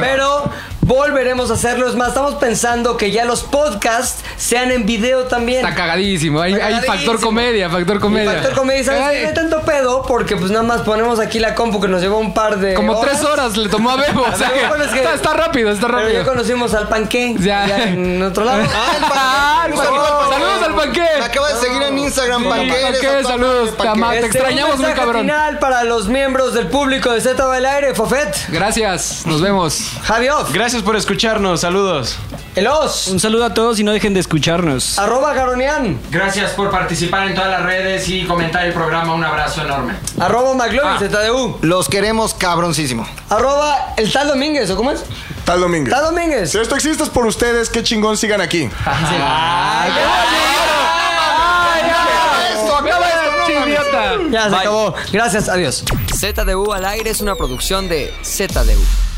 S4: Pero volveremos a hacerlo. Es más, estamos pensando que ya los podcasts sean en video también.
S3: Está cagadísimo. Hay, hay factor
S4: Cagadísimo.
S3: comedia, factor
S4: Y
S3: comedia.
S4: Factor comedia, ¿sabes
S3: Ay,
S4: qué? No hay tanto pedo porque pues nada más ponemos aquí la compu que nos llevó un par de
S3: como tres horas le tomó a Bebo. o sea,
S4: Lo mejor es que-
S3: está, está rápido, está
S4: Pero ya
S3: rápido.
S4: conocimos al panqué
S3: Ya.
S4: ya en otro lado.
S3: Ah, el panqué. Saludos al panqué.
S2: Me acaba de seguir en Instagram,
S3: Sí,
S2: panqué, eres
S3: panqué,
S2: a toda
S3: saludos,
S2: madre, panqué.
S3: te amamos. Ah, te extrañamos,
S4: Este, un
S3: muy
S4: mensaje
S3: cabrón.
S4: final para los miembros del público de Z del Aire, Fofet,
S3: Gracias, nos vemos.
S4: Javioff,
S6: Gracias por escucharnos, saludos.
S4: El Os,
S8: Un saludo a todos y no dejen de escucharnos.
S4: arroba Garonian,
S11: Gracias por participar en todas las redes y comentar el programa. Un abrazo enorme.
S4: arroba McLovin
S11: Ah.
S4: ZDU,
S2: Los queremos cabroncísimo.
S4: arroba el tal Domínguez, ¿o cómo es?
S9: Tal Domínguez.
S4: Tal Domínguez.
S9: Si esto existe es por ustedes, qué chingón sigan aquí.
S2: Esto acaba esto, no mames.
S3: Idiota.
S4: Ya se acabó. Gracias, adiós. ZDU al aire es una producción de ZDU.